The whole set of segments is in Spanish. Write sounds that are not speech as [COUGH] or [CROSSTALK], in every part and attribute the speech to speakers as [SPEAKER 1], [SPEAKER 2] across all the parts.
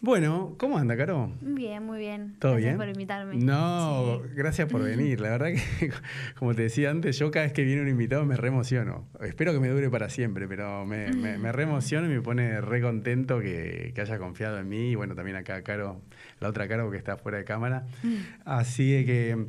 [SPEAKER 1] Bueno, ¿cómo anda, Caro?
[SPEAKER 2] Bien, muy bien.
[SPEAKER 1] ¿Todo
[SPEAKER 2] Gracias
[SPEAKER 1] bien?
[SPEAKER 2] por invitarme.
[SPEAKER 1] No, gracias por venir. La verdad que, como te decía antes, yo cada vez que viene un invitado me reemociono. Espero que me dure para siempre, pero me, me, me reemociono y me pone re contento que, que haya confiado en mí. Y bueno, también acá Caro, la otra Caro que está fuera de cámara. Así que,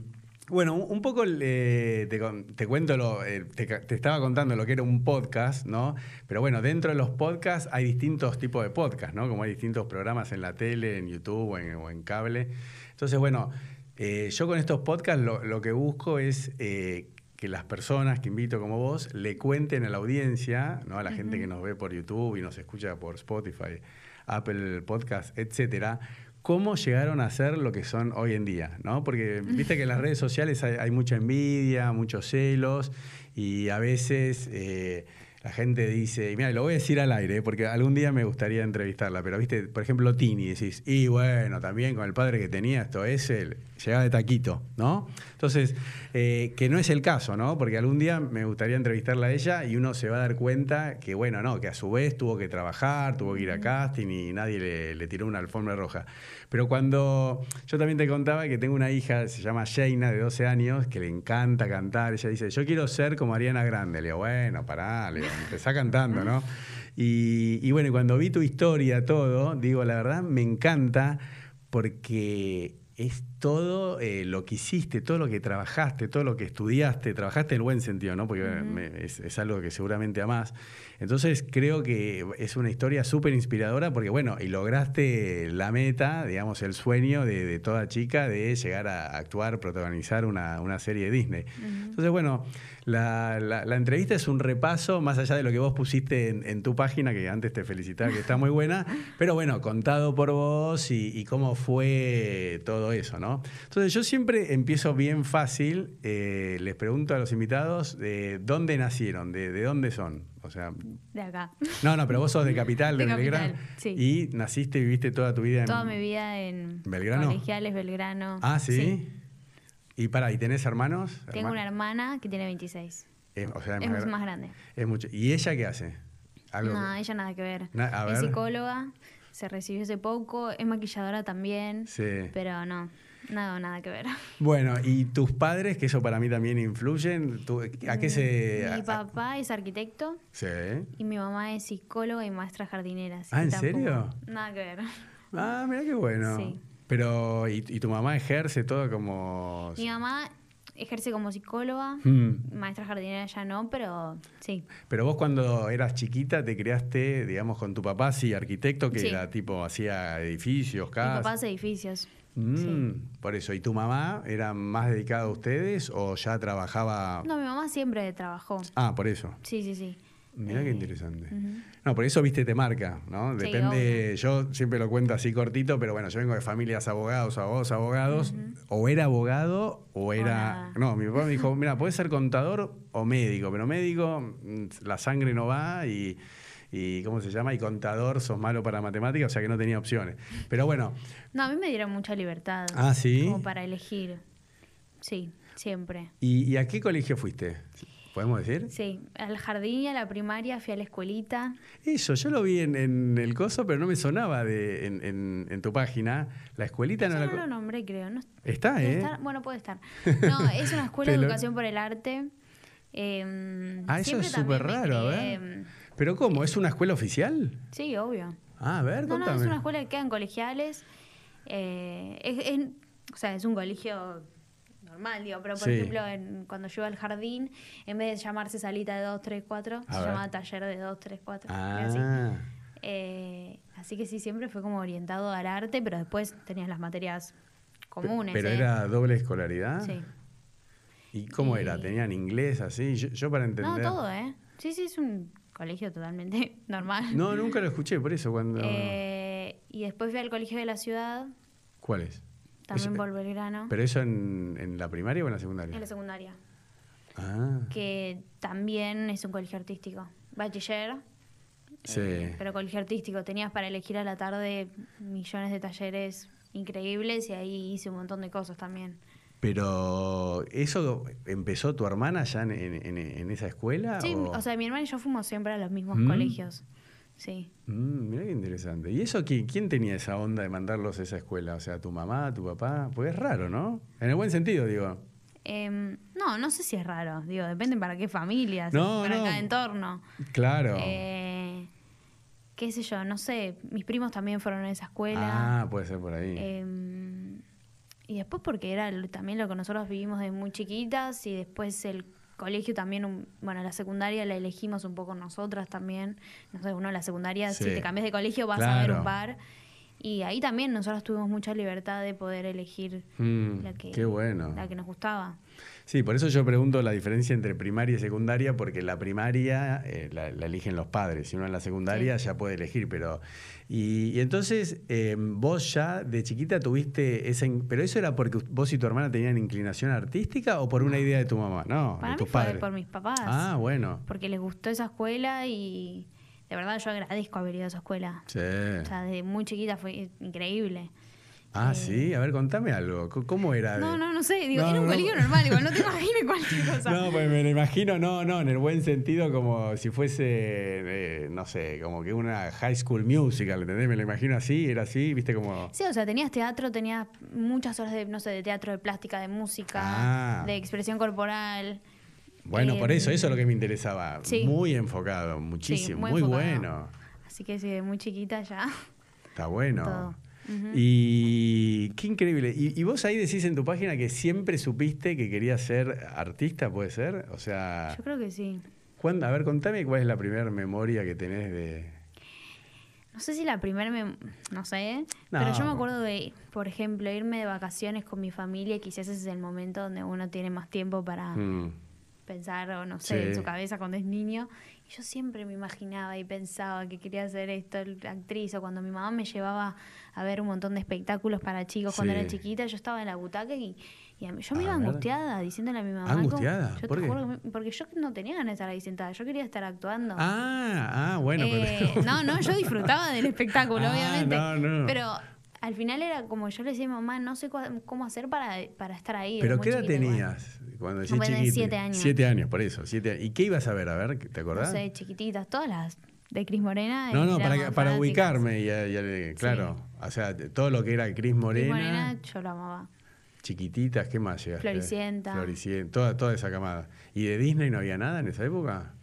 [SPEAKER 1] bueno, un un poco eh, te, con- te cuento, lo, eh, te, ca- te estaba contando lo que era un podcast, ¿no? Pero bueno, dentro de los podcasts hay distintos tipos de podcasts, ¿no? Como hay distintos programas en la tele, en YouTube o en, o en cable. Entonces, bueno, eh, yo con estos podcasts lo, lo que busco es eh, que las personas que invito como vos le cuenten a la audiencia, ¿no? a la gente que nos ve por YouTube y nos escucha por Spotify, Apple Podcast, etcétera, cómo llegaron a ser lo que son hoy en día, ¿no? Porque viste que en las redes sociales hay, hay mucha envidia, muchos celos y a veces eh, la gente dice, y mira, lo voy a decir al aire, ¿eh? porque algún día me gustaría entrevistarla, pero viste, por ejemplo, Tini, decís, y bueno, también con el padre que tenía esto es el llegaba de taquito, ¿no? Entonces, eh, que no es el caso, ¿no? Porque algún día me gustaría entrevistarla a ella y uno se va a dar cuenta que, bueno, no, que a su vez tuvo que trabajar, tuvo que ir a casting y nadie le, le tiró una alfombra roja. Pero cuando yo también te contaba que tengo una hija, se llama Jaina, de 12 años, que le encanta cantar, ella dice, yo quiero ser como Ariana Grande. Le digo, bueno, pará, le digo, empezá cantando, ¿no? Y, y bueno, y cuando vi tu historia, todo, digo, la verdad, me encanta porque es todo eh, lo que hiciste, todo lo que trabajaste, todo lo que estudiaste, trabajaste en el buen sentido, ¿no? Porque eh, me- es, es algo que seguramente amás. Entonces creo que es una historia súper inspiradora porque, bueno, y lograste la meta, digamos, el sueño de, de toda chica de llegar a actuar, protagonizar una, una serie de Disney. Entonces, bueno, la, la- la entrevista es un repaso, más allá de lo que vos pusiste en, en tu página, que antes te felicitaba, que está muy
[SPEAKER 2] [LAUGHS]
[SPEAKER 1] buena, pero bueno, contado por vos y, y cómo fue todo eso, ¿no? Entonces, yo siempre empiezo bien fácil, eh, les pregunto a los invitados eh, dónde nacieron, de, de dónde son. O sea,
[SPEAKER 2] De acá.
[SPEAKER 1] no, no, pero vos sos de Capital, de,
[SPEAKER 2] De Capital,
[SPEAKER 1] Belgrano,
[SPEAKER 2] sí.
[SPEAKER 1] y naciste y viviste toda tu vida en...
[SPEAKER 2] Toda mi vida en
[SPEAKER 1] Em, ¿Belgrano?
[SPEAKER 2] colegiales, Belgrano.
[SPEAKER 1] Ah, ¿sí? Y para, ¿y tenés hermanos?
[SPEAKER 2] Tengo una
[SPEAKER 1] Herma-
[SPEAKER 2] hermana que tiene 26.
[SPEAKER 1] Eh, o sea,
[SPEAKER 2] es
[SPEAKER 1] más
[SPEAKER 2] mucho
[SPEAKER 1] gra-
[SPEAKER 2] más grande.
[SPEAKER 1] Es mucho. ¿Y ella qué hace? Algo-
[SPEAKER 2] No, ella nada que ver.
[SPEAKER 1] Na- a
[SPEAKER 2] Es
[SPEAKER 1] ver.
[SPEAKER 2] psicóloga, se recibió hace poco, es maquilladora también.
[SPEAKER 1] Sí.
[SPEAKER 2] Pero no, nada, nada que ver.
[SPEAKER 1] Bueno, ¿y tus padres, que eso para mí también influyen? ¿Tú- ¿A qué se...? Eh, a-
[SPEAKER 2] Mm, Mi
[SPEAKER 1] a-
[SPEAKER 2] papá es arquitecto
[SPEAKER 1] Sí.
[SPEAKER 2] y mi mamá es psicóloga y maestra jardinera. así
[SPEAKER 1] Ah,
[SPEAKER 2] que
[SPEAKER 1] ¿en
[SPEAKER 2] tampoco-
[SPEAKER 1] serio?
[SPEAKER 2] Nada que ver.
[SPEAKER 1] Ah, mira qué bueno.
[SPEAKER 2] Sí.
[SPEAKER 1] Pero, ¿y, y tu mamá ejerce todo como...?
[SPEAKER 2] Mi mamá ejerce como psicóloga,
[SPEAKER 1] Mm.
[SPEAKER 2] maestra jardinera ya no, pero sí.
[SPEAKER 1] Pero vos cuando eras chiquita te creaste, digamos, con tu papá, sí, arquitecto, que
[SPEAKER 2] Sí.
[SPEAKER 1] era tipo, hacía edificios,
[SPEAKER 2] Mi
[SPEAKER 1] casas.
[SPEAKER 2] papá hace edificios.
[SPEAKER 1] Mm,
[SPEAKER 2] sí.
[SPEAKER 1] Por eso, ¿y tu mamá era más dedicada a ustedes o ya trabajaba...?
[SPEAKER 2] No, mi mamá siempre trabajó.
[SPEAKER 1] Ah, por eso.
[SPEAKER 2] Sí, sí, sí.
[SPEAKER 1] Mirá qué interesante.
[SPEAKER 2] ujú.
[SPEAKER 1] No, por eso viste te marca, ¿no?
[SPEAKER 2] Sí,
[SPEAKER 1] Depende, yo siempre lo cuento así cortito, pero bueno, yo vengo de familias abogados, abogados, abogados. O era abogado o era...
[SPEAKER 2] nada.
[SPEAKER 1] no, mi papá me dijo, mira, puedes ser contador o médico, pero médico mm, la sangre no va y, y ¿cómo se llama? Y contador sos malo para matemáticas, o sea que no tenía opciones. Pero bueno,
[SPEAKER 2] No, a mí me dieron mucha libertad.
[SPEAKER 1] Ah, ¿sí?
[SPEAKER 2] Como para elegir. Sí, siempre.
[SPEAKER 1] ¿y, y a qué colegio fuiste? ¿Podemos decir?
[SPEAKER 2] Sí, al jardín y a la primaria fui a la escuelita.
[SPEAKER 1] Eso, yo lo vi en, en el coso, pero no me sonaba de, en, en- en tu página. La escuelita
[SPEAKER 2] Yo
[SPEAKER 1] no la...
[SPEAKER 2] no
[SPEAKER 1] co-
[SPEAKER 2] lo nombré, creo. No,
[SPEAKER 1] Está,
[SPEAKER 2] debe
[SPEAKER 1] ¿eh?
[SPEAKER 2] estar- bueno,
[SPEAKER 1] [LAUGHS]
[SPEAKER 2] puede estar. No, es una escuela
[SPEAKER 1] Te
[SPEAKER 2] de
[SPEAKER 1] lo-
[SPEAKER 2] educación por el arte. Eh,
[SPEAKER 1] Ah, eso
[SPEAKER 2] siempre
[SPEAKER 1] es ¿eh? súper
[SPEAKER 2] también me
[SPEAKER 1] raro, a
[SPEAKER 2] crié,
[SPEAKER 1] ver.
[SPEAKER 2] mm,
[SPEAKER 1] ¿Pero cómo? ¿Es una escuela oficial?
[SPEAKER 2] Sí, obvio.
[SPEAKER 1] Ah, a ver,
[SPEAKER 2] No, no,
[SPEAKER 1] contame.
[SPEAKER 2] es una escuela que queda en colegiales. eh, es- es- o sea, es un colegio normal, digo, pero por
[SPEAKER 1] Sí.
[SPEAKER 2] ejemplo, en- cuando yo iba al jardín, en vez de llamarse salita de 2, 3, 4,
[SPEAKER 1] A
[SPEAKER 2] se
[SPEAKER 1] ver.
[SPEAKER 2] llamaba taller de 2, 3, 4. Así.
[SPEAKER 1] Ah,
[SPEAKER 2] Eh, así que sí, siempre fue como orientado al arte, pero después tenías las materias comunes.
[SPEAKER 1] ¿Pero
[SPEAKER 2] ¿eh?
[SPEAKER 1] era doble escolaridad?
[SPEAKER 2] Sí.
[SPEAKER 1] ¿Y cómo era?
[SPEAKER 2] Y-
[SPEAKER 1] ¿Tenían inglés así? Yo, yo para entender.
[SPEAKER 2] No, todo, ¿eh? Sí, sí, es un colegio totalmente [LAUGHS] normal.
[SPEAKER 1] No, nunca lo escuché, por eso cuando...
[SPEAKER 2] Eh, y después fui al colegio de la ciudad,
[SPEAKER 1] ¿Cuál es?
[SPEAKER 2] también
[SPEAKER 1] Eso-
[SPEAKER 2] por Belgrano,
[SPEAKER 1] ¿Pero eso en, en la primaria o en la secundaria?
[SPEAKER 2] en la secundaria,
[SPEAKER 1] Ah,
[SPEAKER 2] que también es un colegio artístico. Bachiller,
[SPEAKER 1] sí.
[SPEAKER 2] eh, pero colegio artístico. Tenías para elegir a la tarde millones de talleres increíbles y ahí hice un montón de cosas también.
[SPEAKER 1] Pero, ¿eso do- empezó tu hermana ya en, en- en- en esa escuela?
[SPEAKER 2] Sí,
[SPEAKER 1] o-
[SPEAKER 2] o sea, mi hermana y yo fuimos siempre a los mismos
[SPEAKER 1] Mm.
[SPEAKER 2] colegios. Sí.
[SPEAKER 1] Mm, mirá qué interesante. ¿Y eso quién, quién tenía esa onda de mandarlos a esa escuela? O sea, ¿tu mamá, tu papá? Pues es raro, ¿no? En el buen sentido, digo.
[SPEAKER 2] Em, no, no sé si es raro, digo, depende para qué familias,
[SPEAKER 1] No,
[SPEAKER 2] para
[SPEAKER 1] no.
[SPEAKER 2] cada entorno.
[SPEAKER 1] Claro.
[SPEAKER 2] Eh, qué sé yo, no sé, mis primos también fueron a esa escuela.
[SPEAKER 1] ah, puede ser por ahí.
[SPEAKER 2] Em, y después porque era lo- también lo que nosotros vivimos de muy chiquitas y después el colegio también, un- bueno, la secundaria la elegimos un poco nosotras también. No sé, uno en la secundaria,
[SPEAKER 1] Sí.
[SPEAKER 2] si te cambias de colegio vas a ver
[SPEAKER 1] Claro.
[SPEAKER 2] un par. Y ahí también nosotros tuvimos mucha libertad de poder elegir
[SPEAKER 1] Mm,
[SPEAKER 2] la, que,
[SPEAKER 1] qué bueno.
[SPEAKER 2] la que nos gustaba.
[SPEAKER 1] Sí, por eso yo pregunto la diferencia entre primaria y secundaria, porque la primaria eh, la, la eligen los padres, y uno en la secundaria ya puede elegir, pero... Y, y entonces eh, vos ya de chiquita tuviste esa... in- ¿Pero eso era porque vos y tu hermana tenían inclinación artística o por una idea de tu mamá? No,
[SPEAKER 2] Para
[SPEAKER 1] de
[SPEAKER 2] mí
[SPEAKER 1] tus
[SPEAKER 2] fue
[SPEAKER 1] padres.
[SPEAKER 2] por mis papás.
[SPEAKER 1] Ah, bueno.
[SPEAKER 2] porque les gustó esa escuela y de verdad yo agradezco haber ido a esa escuela.
[SPEAKER 1] Sí.
[SPEAKER 2] O sea, desde muy chiquita fue increíble.
[SPEAKER 1] Ah, sí. A ver, contame algo. C- ¿Cómo era? de-
[SPEAKER 2] No, no, no sé, digo,
[SPEAKER 1] No,
[SPEAKER 2] era un
[SPEAKER 1] no.
[SPEAKER 2] colegio normal, igual no te [LAUGHS]
[SPEAKER 1] [LAUGHS]
[SPEAKER 2] imagines cualquier cosa.
[SPEAKER 1] No, pues me lo imagino, no, no, en el buen sentido, como si fuese, eh, no sé, como que una high school musical, ¿entendés? Me lo imagino así, era así, viste como.
[SPEAKER 2] Sí, o sea, tenías teatro, tenías muchas horas de, no sé, de teatro, de plástica, de música,
[SPEAKER 1] Ah.
[SPEAKER 2] de expresión corporal.
[SPEAKER 1] Bueno, por
[SPEAKER 2] Eh,
[SPEAKER 1] eso, eso es lo que me interesaba.
[SPEAKER 2] sí.
[SPEAKER 1] Muy enfocado, muchísimo,
[SPEAKER 2] Sí, muy
[SPEAKER 1] muy,
[SPEAKER 2] enfocado.
[SPEAKER 1] bueno.
[SPEAKER 2] Así que sí, de muy chiquita ya.
[SPEAKER 1] Está bueno.
[SPEAKER 2] Todo. Ujú.
[SPEAKER 1] Y qué increíble. Y, y vos ahí decís en tu página que siempre supiste que querías ser artista, ¿puede ser? O sea,
[SPEAKER 2] Yo creo que sí.
[SPEAKER 1] ¿cuándo- a ver, contame cuál es la primera memoria que tenés de...
[SPEAKER 2] No sé si la primera me... No sé.
[SPEAKER 1] No.
[SPEAKER 2] Pero yo me acuerdo de, por ejemplo, irme de vacaciones con mi familia. y Quizás ese es el momento donde uno tiene más tiempo para
[SPEAKER 1] Mm.
[SPEAKER 2] pensar, o no sé,
[SPEAKER 1] Sí.
[SPEAKER 2] en su cabeza cuando es niño. Y yo siempre me imaginaba y pensaba que quería ser esto, el- actriz. O cuando mi mamá me llevaba a ver un montón de espectáculos para chicos cuando
[SPEAKER 1] Sí.
[SPEAKER 2] era chiquita, yo estaba en la butaca y, y a mí- yo me
[SPEAKER 1] A
[SPEAKER 2] iba
[SPEAKER 1] ver.
[SPEAKER 2] angustiada diciéndole a mi mamá. como-
[SPEAKER 1] ¿Angustiada?
[SPEAKER 2] yo te
[SPEAKER 1] ¿Por qué?
[SPEAKER 2] juro que me- porque yo no tenía ganas de estar ahí sentada, yo quería estar actuando.
[SPEAKER 1] Ah, ah, bueno,
[SPEAKER 2] Eh,
[SPEAKER 1] pero...
[SPEAKER 2] No, no, yo disfrutaba del
[SPEAKER 1] [LAUGHS]
[SPEAKER 2] espectáculo,
[SPEAKER 1] Ah,
[SPEAKER 2] obviamente.
[SPEAKER 1] no, no.
[SPEAKER 2] Pero al final era como yo le decía a mi mamá, no sé cua- cómo hacer para, para estar ahí. era
[SPEAKER 1] ¿Pero
[SPEAKER 2] muy
[SPEAKER 1] qué edad
[SPEAKER 2] chiquita igual.
[SPEAKER 1] tenías cuando decís
[SPEAKER 2] Bueno, tenía
[SPEAKER 1] chiquita?
[SPEAKER 2] siete años.
[SPEAKER 1] Siete años, por eso. Siete años. ¿Y qué ibas a ver? A ver, ¿te
[SPEAKER 2] No
[SPEAKER 1] acordás?
[SPEAKER 2] sé, chiquititas, todas las de Cris Morena.
[SPEAKER 1] No, no,
[SPEAKER 2] eran
[SPEAKER 1] para, que- para
[SPEAKER 2] fanáticas.
[SPEAKER 1] ubicarme, ya, ya- eh, claro. O sea, t- todo lo que era Cris
[SPEAKER 2] Cris
[SPEAKER 1] Morena,
[SPEAKER 2] Morena, yo lo amaba.
[SPEAKER 1] chiquititas, ¿qué más llegaste?
[SPEAKER 2] Floricienta.
[SPEAKER 1] Floricienta, toda, toda esa camada. ¿Y de Disney no había nada en esa época?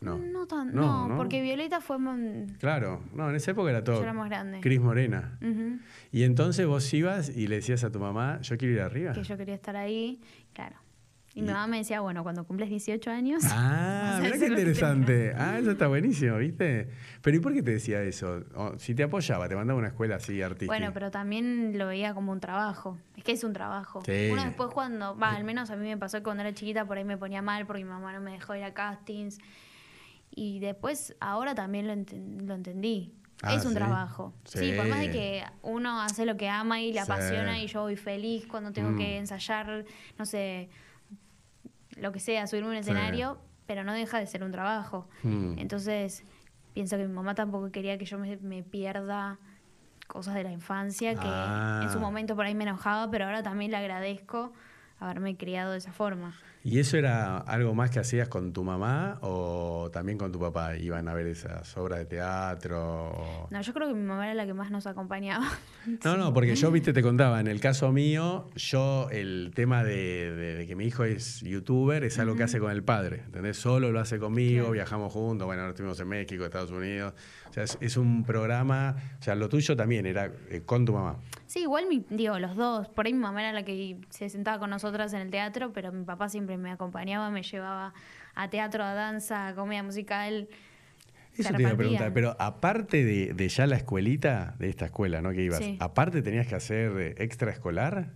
[SPEAKER 1] No.
[SPEAKER 2] No, tan, no, porque Violeta fue... mon-
[SPEAKER 1] Claro, no, en esa época era todo.
[SPEAKER 2] Yo era más grande.
[SPEAKER 1] Cris Morena.
[SPEAKER 2] Ujú,
[SPEAKER 1] Y entonces vos ibas y le decías a tu mamá, yo quiero ir arriba.
[SPEAKER 2] Que yo quería estar ahí, claro. Y,
[SPEAKER 1] Y-
[SPEAKER 2] mi mamá me decía, bueno, cuando cumples 18 años...
[SPEAKER 1] Ah,
[SPEAKER 2] vas a
[SPEAKER 1] mirá qué
[SPEAKER 2] hacer lo que
[SPEAKER 1] interesante. Ah, eso está buenísimo, ¿viste? Pero ¿y por qué te decía eso? O, si te apoyaba, te mandaba a una escuela así artística.
[SPEAKER 2] Bueno, pero también lo veía como un trabajo. Es que es un trabajo.
[SPEAKER 1] Sí.
[SPEAKER 2] Uno después cuando, va, al menos a mí me pasó que cuando era chiquita por ahí me ponía mal porque mi mamá no me dejó ir a castings. Y después, ahora también lo, enten- lo entendí.
[SPEAKER 1] Ah,
[SPEAKER 2] es un
[SPEAKER 1] ¿sí?
[SPEAKER 2] trabajo.
[SPEAKER 1] Sí.
[SPEAKER 2] Sí. por más de que uno hace lo que ama y le
[SPEAKER 1] Sí.
[SPEAKER 2] apasiona y yo voy feliz cuando tengo
[SPEAKER 1] Mm.
[SPEAKER 2] que ensayar, no sé, lo que sea, subirme a un
[SPEAKER 1] Sí.
[SPEAKER 2] escenario, pero no deja de ser un trabajo.
[SPEAKER 1] Mm.
[SPEAKER 2] Entonces, pienso que mi mamá tampoco quería que yo me, me pierda cosas de la infancia, que
[SPEAKER 1] Ah.
[SPEAKER 2] en su momento por ahí me enojaba, pero ahora también le agradezco haberme criado de esa forma.
[SPEAKER 1] ¿Y eso era algo más que hacías con tu mamá o también con tu papá? ¿Iban a ver esas obras de teatro? o-
[SPEAKER 2] No, yo creo que mi mamá era la que más nos
[SPEAKER 1] [LAUGHS]
[SPEAKER 2] acompañaba.
[SPEAKER 1] No, no, porque yo, viste, te contaba, en el caso mío, yo el tema de, de- de que mi hijo es youtuber es algo que hace con el padre, ¿entendés? Solo lo hace conmigo,
[SPEAKER 2] Claro.
[SPEAKER 1] viajamos juntos, bueno, ahora estuvimos en México, Estados Unidos, o sea, es, es un programa, o sea, lo tuyo también era eh, con tu mamá.
[SPEAKER 2] Sí, igual mi- digo, los dos. Por ahí mi mamá era la que se sentaba con nosotras en el teatro, pero mi papá siempre me acompañaba, me llevaba a teatro, a danza, a comedia musical. Se
[SPEAKER 1] Eso te iba a preguntar,
[SPEAKER 2] repartían.
[SPEAKER 1] pero aparte de, de ya la escuelita, de esta escuela, ¿no? Que ibas,
[SPEAKER 2] Sí.
[SPEAKER 1] aparte tenías que hacer eh, extraescolar.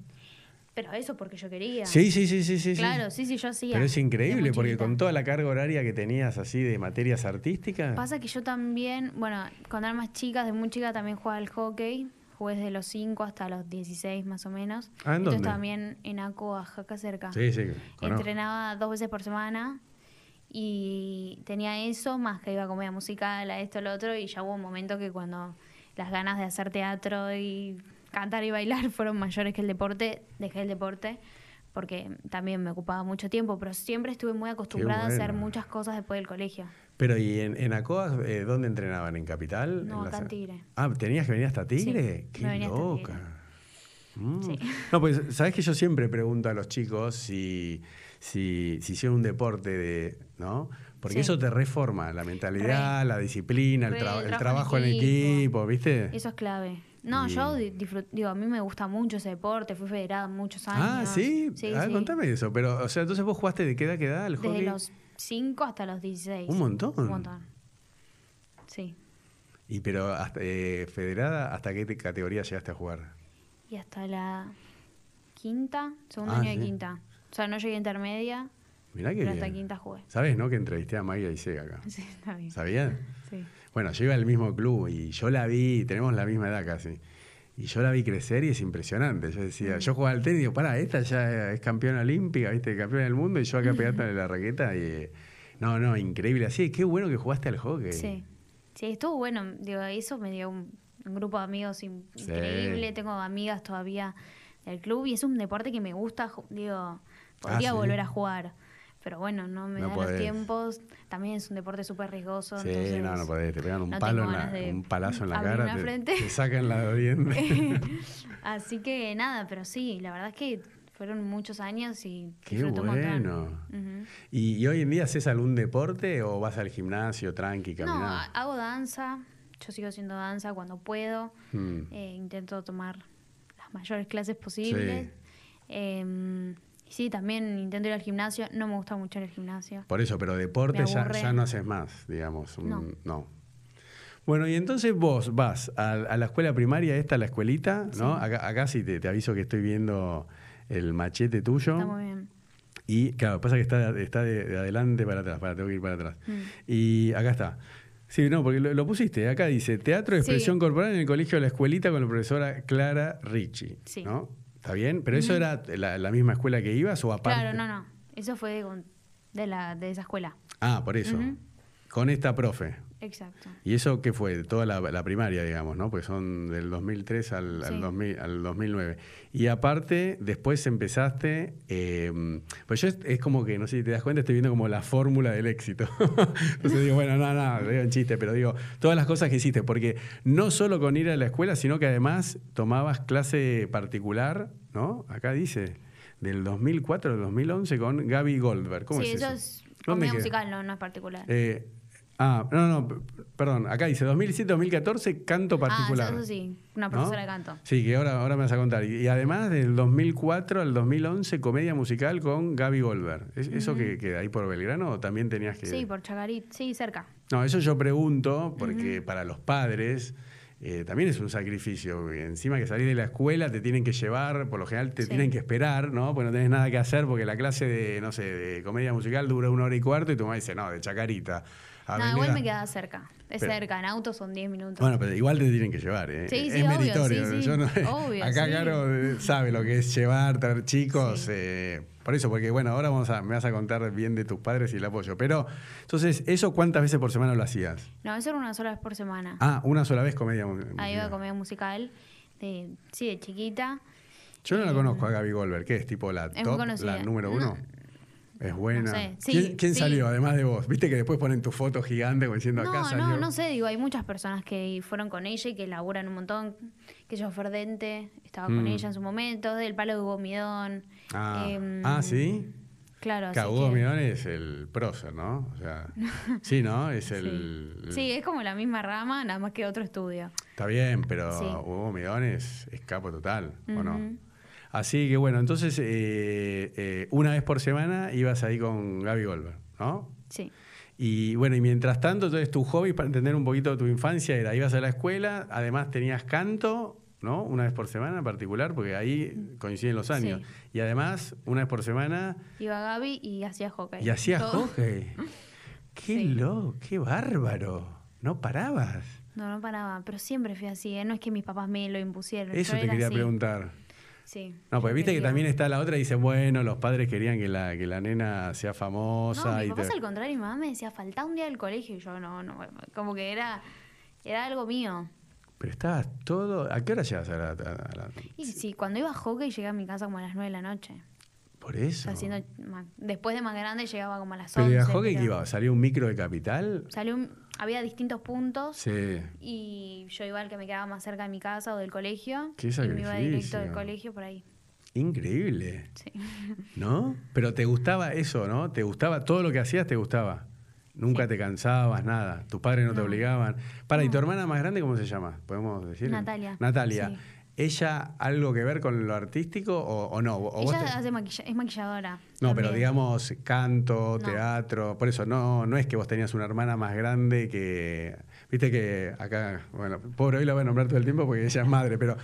[SPEAKER 2] Pero eso porque yo quería.
[SPEAKER 1] Sí, sí, sí, sí, sí. sí.
[SPEAKER 2] Claro, sí, sí, yo hacía.
[SPEAKER 1] Pero es
[SPEAKER 2] de
[SPEAKER 1] increíble
[SPEAKER 2] muy
[SPEAKER 1] porque
[SPEAKER 2] chiquita.
[SPEAKER 1] con toda la carga horaria que tenías así de materias artísticas.
[SPEAKER 2] Pasa que yo también, bueno, cuando era más chica, de muy chica también jugaba al hockey. Jugué desde los 5 hasta los 16 más o menos.
[SPEAKER 1] Ah, ¿en
[SPEAKER 2] Entonces
[SPEAKER 1] dónde?
[SPEAKER 2] también en Acoa, acá cerca.
[SPEAKER 1] Sí, sí. conozco.
[SPEAKER 2] Entrenaba dos veces por semana y tenía eso, más que iba a comedia musical, a esto, a lo otro, y ya hubo un momento que cuando las ganas de hacer teatro y cantar y bailar [LAUGHS] fueron mayores que el deporte, dejé el deporte porque también me ocupaba mucho tiempo, pero siempre estuve muy acostumbrada a hacer
[SPEAKER 1] bueno.
[SPEAKER 2] muchas cosas después del colegio.
[SPEAKER 1] Pero ¿y en, en Acoa eh, dónde entrenaban? ¿En Capital?
[SPEAKER 2] No,
[SPEAKER 1] ¿En la
[SPEAKER 2] acá en
[SPEAKER 1] sa-
[SPEAKER 2] Tigre.
[SPEAKER 1] Ah, ¿tenías que venir hasta Tigre?
[SPEAKER 2] me
[SPEAKER 1] ¡Qué
[SPEAKER 2] venía hasta Tigre.
[SPEAKER 1] loca! Mm.
[SPEAKER 2] Sí.
[SPEAKER 1] No, pues sabes que yo siempre pregunto a los chicos si, si, si hicieron un deporte de. ¿No? Porque
[SPEAKER 2] Sí.
[SPEAKER 1] eso te reforma la mentalidad,
[SPEAKER 2] Re.
[SPEAKER 1] la disciplina, el,
[SPEAKER 2] Re,
[SPEAKER 1] tra-
[SPEAKER 2] el
[SPEAKER 1] el
[SPEAKER 2] trabajo
[SPEAKER 1] trabajo
[SPEAKER 2] en
[SPEAKER 1] en
[SPEAKER 2] equipo.
[SPEAKER 1] equipo, ¿viste?
[SPEAKER 2] Eso es clave. No,
[SPEAKER 1] Y-
[SPEAKER 2] yo disfruto, digo, a mí me gusta mucho ese deporte, fui federada muchos años.
[SPEAKER 1] ah, sí. ah,
[SPEAKER 2] sí.
[SPEAKER 1] contame eso. Pero, o sea, entonces vos jugaste de qué edad que edad al
[SPEAKER 2] Desde
[SPEAKER 1] hockey.
[SPEAKER 2] los 5 hasta los 16.
[SPEAKER 1] Un montón.
[SPEAKER 2] Un montón. Sí.
[SPEAKER 1] Y pero hasta, eh, federada, ¿hasta qué te- categoría llegaste a jugar?
[SPEAKER 2] Y hasta la quinta, segundo
[SPEAKER 1] Ah,
[SPEAKER 2] año
[SPEAKER 1] sí.
[SPEAKER 2] de quinta. O sea, no llegué a intermedia,
[SPEAKER 1] Mirá que
[SPEAKER 2] pero hasta
[SPEAKER 1] bien.
[SPEAKER 2] quinta jugué. [LAUGHS]
[SPEAKER 1] Sabes, ¿no? Que entrevisté a Maggie Ayseg acá.
[SPEAKER 2] Sí, está bien.
[SPEAKER 1] ¿Sabías?
[SPEAKER 2] Sí.
[SPEAKER 1] Bueno, yo iba al mismo club y yo la vi, tenemos la misma edad casi. Y yo la vi crecer y es impresionante. Yo
[SPEAKER 2] Mm.
[SPEAKER 1] decía, yo jugaba al tenis y digo, pará, esta ya es campeona olímpica, viste, campeona del mundo, y yo acá
[SPEAKER 2] [LAUGHS]
[SPEAKER 1] pegándole la raqueta y. eh, No, no, increíble. Así, qué bueno que jugaste al hockey.
[SPEAKER 2] Sí. Sí, estuvo bueno. Digo, eso me dio un, un grupo de amigos in-
[SPEAKER 1] Sí.
[SPEAKER 2] increíble. Tengo amigas todavía del club y es un deporte que me gusta. ju- Digo, podría
[SPEAKER 1] Ah, sí.
[SPEAKER 2] volver a jugar. Pero bueno, no me
[SPEAKER 1] No
[SPEAKER 2] dan
[SPEAKER 1] podés.
[SPEAKER 2] los tiempos. También es un deporte súper riesgoso.
[SPEAKER 1] Sí,
[SPEAKER 2] entonces-
[SPEAKER 1] no, no podés, te pegan un
[SPEAKER 2] no
[SPEAKER 1] palo,
[SPEAKER 2] tengo
[SPEAKER 1] en la-
[SPEAKER 2] ganas de
[SPEAKER 1] un palazo en la
[SPEAKER 2] abrir
[SPEAKER 1] cara,
[SPEAKER 2] una
[SPEAKER 1] te,
[SPEAKER 2] frente.
[SPEAKER 1] te sacan
[SPEAKER 2] [LAUGHS]
[SPEAKER 1] la doliente. [LAUGHS]
[SPEAKER 2] Así que nada, pero sí, la verdad es que fueron muchos años y
[SPEAKER 1] Qué
[SPEAKER 2] disfruté un montón.
[SPEAKER 1] bueno.
[SPEAKER 2] Ujú.
[SPEAKER 1] ¿Y, y hoy en día haces algún deporte o vas al gimnasio tranqui,
[SPEAKER 2] No,
[SPEAKER 1] caminás?
[SPEAKER 2] ha- hago danza, yo sigo haciendo danza cuando puedo,
[SPEAKER 1] Mm.
[SPEAKER 2] eh, intento tomar las mayores clases posibles. Eh, y sí, también intento ir al gimnasio, no me gusta mucho ir al gimnasio.
[SPEAKER 1] Por eso, pero deporte ya,
[SPEAKER 2] aburre.
[SPEAKER 1] ya no haces más, digamos. un-
[SPEAKER 2] No.
[SPEAKER 1] Bueno, y entonces vos vas a, a la escuela primaria, esta, la escuelita, ¿no? Acá, acá sí te, te aviso que estoy viendo el machete tuyo.
[SPEAKER 2] Está muy bien.
[SPEAKER 1] Y claro, pasa que está, está de, de adelante para atrás, para, tengo que ir para
[SPEAKER 2] Mm.
[SPEAKER 1] atrás. Y acá está. Sí, no, porque lo, lo pusiste. Acá dice Teatro de
[SPEAKER 2] Sí.
[SPEAKER 1] Expresión Corporal en el Colegio de la Escuelita con la profesora Clara Ricci.
[SPEAKER 2] Sí.
[SPEAKER 1] ¿No? ¿Está bien? ¿Pero eso era la, la misma escuela que ibas o aparte?
[SPEAKER 2] Claro, no, no, eso fue de, con- de la, de esa escuela.
[SPEAKER 1] Ah, por eso.
[SPEAKER 2] Ujú.
[SPEAKER 1] Con esta profe.
[SPEAKER 2] Exacto.
[SPEAKER 1] ¿Y eso qué fue? Toda la, la primaria, digamos, ¿no? Porque son del 2003 al, al
[SPEAKER 2] Sí.
[SPEAKER 1] 2000 al 2009. Y aparte, después empezaste... eh, pues yo es, es como que, no sé si te das cuenta, estoy viendo como la fórmula del éxito. [LAUGHS] Entonces digo, bueno, no, no, digo en chiste, pero digo, todas las cosas que hiciste. Porque no solo con ir a la escuela, sino que además tomabas clase particular, ¿no? Acá dice, del 2004 al 2011 con Gaby Goldberg. ¿Cómo
[SPEAKER 2] sí,
[SPEAKER 1] es
[SPEAKER 2] eso
[SPEAKER 1] eso?
[SPEAKER 2] es
[SPEAKER 1] ¿Dónde
[SPEAKER 2] comedia
[SPEAKER 1] queda?
[SPEAKER 2] musical, no, no es particular.
[SPEAKER 1] Eh, ah, no, no, p- perdón. Acá dice 2007-2014, canto particular.
[SPEAKER 2] Ah, eso, eso sí, una
[SPEAKER 1] ¿no?
[SPEAKER 2] profesora de canto.
[SPEAKER 1] Sí, que ahora, ahora me vas a contar. Y, y además, del 2004 al 2011, comedia musical con Gaby Goldberg. ¿Es- ¿Eso que queda ahí por Belgrano o también tenías que.?
[SPEAKER 2] Sí, por Chacarit, sí, cerca.
[SPEAKER 1] No, eso yo pregunto porque para los padres. eh, también es un sacrificio. porque Encima que salís de la escuela, te tienen que llevar, por lo general te
[SPEAKER 2] Sí.
[SPEAKER 1] tienen que esperar, ¿no? Porque no tenés nada que hacer, porque la clase de, no sé, de comedia musical dura una hora y cuarto y tu mamá dice, no, de chacarita.
[SPEAKER 2] No, igual
[SPEAKER 1] Avenida-
[SPEAKER 2] me quedaba cerca. Es
[SPEAKER 1] Ah, Pero-
[SPEAKER 2] cerca, en auto son 10 minutos.
[SPEAKER 1] Bueno, pero igual te tienen que llevar, ¿eh?
[SPEAKER 2] Sí, sí,
[SPEAKER 1] es
[SPEAKER 2] obvio,
[SPEAKER 1] meritorio.
[SPEAKER 2] sí, sí.
[SPEAKER 1] Yo no-
[SPEAKER 2] Obvio,
[SPEAKER 1] acá
[SPEAKER 2] sí.
[SPEAKER 1] Caro eh, sabe lo que es llevar, traer chicos.
[SPEAKER 2] Sí.
[SPEAKER 1] eh, por eso, porque bueno, ahora vamos a, me vas a contar bien de tus padres y el apoyo. Pero, entonces, ¿eso cuántas veces por semana lo hacías?
[SPEAKER 2] No, eso era una sola vez por semana.
[SPEAKER 1] Ah, una sola vez comedia. mu-
[SPEAKER 2] Ahí iba a
[SPEAKER 1] musical.
[SPEAKER 2] comedia musical. de- sí, de chiquita.
[SPEAKER 1] Yo no la conozco a Gaby Goldberg, que es tipo la
[SPEAKER 2] muy
[SPEAKER 1] top,
[SPEAKER 2] conocida. Mm.
[SPEAKER 1] la número uno. Es buena.
[SPEAKER 2] sé. Sí,
[SPEAKER 1] ¿Quién, quién
[SPEAKER 2] sí.
[SPEAKER 1] salió, además de vos? Viste que después ponen tu foto gigante como diciendo
[SPEAKER 2] No,
[SPEAKER 1] acá salió.
[SPEAKER 2] no, no sé. Digo, hay muchas personas que fueron con ella y que laburan un montón. Que yo, Ferdente, estaba con
[SPEAKER 1] Mm.
[SPEAKER 2] ella en su momento. Del palo de Gomidón.
[SPEAKER 1] Ah,
[SPEAKER 2] em,
[SPEAKER 1] ah, ¿sí?
[SPEAKER 2] Claro, así
[SPEAKER 1] Cabudo
[SPEAKER 2] que-
[SPEAKER 1] Midón es el prócer, ¿no? O
[SPEAKER 2] [LAUGHS]
[SPEAKER 1] sea, sí, ¿no? Es el.
[SPEAKER 2] Sí. Sí, es como la misma rama, nada más que otro estudio.
[SPEAKER 1] Está bien, pero
[SPEAKER 2] Sí.
[SPEAKER 1] Hugo Midón es escapo total, ¿o no?
[SPEAKER 2] Ujú.
[SPEAKER 1] Así que bueno, entonces eh, eh, una vez por semana ibas ahí con Gaby Goldberg, ¿no?
[SPEAKER 2] Sí.
[SPEAKER 1] Y bueno, y mientras tanto, entonces tu hobby para entender un poquito tu infancia era ibas a la escuela, además tenías canto, ¿no? Una vez por semana en particular, porque ahí coinciden los años. Y además, una vez por semana,
[SPEAKER 2] Iba Gaby y hacía hockey.
[SPEAKER 1] y hacías
[SPEAKER 2] Todo. [LAUGHS]
[SPEAKER 1] hockey. ¡Qué
[SPEAKER 2] Sí.
[SPEAKER 1] loco! ¡Qué bárbaro! No parabas.
[SPEAKER 2] No, no paraba, pero siempre fui así, ¿eh? no es que mis papás me lo impusieron.
[SPEAKER 1] Eso
[SPEAKER 2] yo
[SPEAKER 1] te
[SPEAKER 2] era
[SPEAKER 1] quería
[SPEAKER 2] así.
[SPEAKER 1] preguntar.
[SPEAKER 2] Sí.
[SPEAKER 1] No, pues
[SPEAKER 2] yo
[SPEAKER 1] viste que
[SPEAKER 2] quería.
[SPEAKER 1] también está la otra y dice, bueno, los padres querían que la, que la nena sea
[SPEAKER 2] No,
[SPEAKER 1] famosa.
[SPEAKER 2] mi
[SPEAKER 1] y
[SPEAKER 2] papá
[SPEAKER 1] te-
[SPEAKER 2] al contrario, mi mamá me decía, faltá un día al colegio. Y yo, no, no, como que era, era algo mío.
[SPEAKER 1] Pero estabas todo... ¿A qué hora llegas a la...? a la- a la-
[SPEAKER 2] Y sí, cuando iba a hockey llegué a mi casa como a las 9 de la noche.
[SPEAKER 1] Por eso.
[SPEAKER 2] Haciendo, ma- después de más grande llegaba como a las 11.
[SPEAKER 1] Pero ¿y a hockey
[SPEAKER 2] pero-
[SPEAKER 1] qué iba? ¿Salía un micro de capital?
[SPEAKER 2] Salió un- había distintos puntos
[SPEAKER 1] Sí.
[SPEAKER 2] y yo iba al que me quedaba más cerca de mi casa o del colegio.
[SPEAKER 1] Qué
[SPEAKER 2] y me iba directo
[SPEAKER 1] sacrificio.
[SPEAKER 2] del colegio por ahí.
[SPEAKER 1] Increíble.
[SPEAKER 2] Sí.
[SPEAKER 1] ¿No? Pero te gustaba eso, ¿no? Te gustaba, todo lo que hacías te gustaba. Nunca te cansabas, nada. Tus padres no, te
[SPEAKER 2] No.
[SPEAKER 1] obligaban. Para, ¿y tu hermana más grande cómo se llama? ¿Podemos decir?
[SPEAKER 2] Natalia.
[SPEAKER 1] Natalia.
[SPEAKER 2] Sí.
[SPEAKER 1] ¿Ella algo que ver con lo artístico o, o no? ¿O vos
[SPEAKER 2] Ella
[SPEAKER 1] te-
[SPEAKER 2] hace maquilla- es maquilladora.
[SPEAKER 1] No,
[SPEAKER 2] también.
[SPEAKER 1] pero digamos canto,
[SPEAKER 2] No.
[SPEAKER 1] teatro, por eso no, no es que vos tenías una hermana más grande que, viste que acá, bueno, pobre hoy la voy a nombrar todo el tiempo porque ella es madre, pero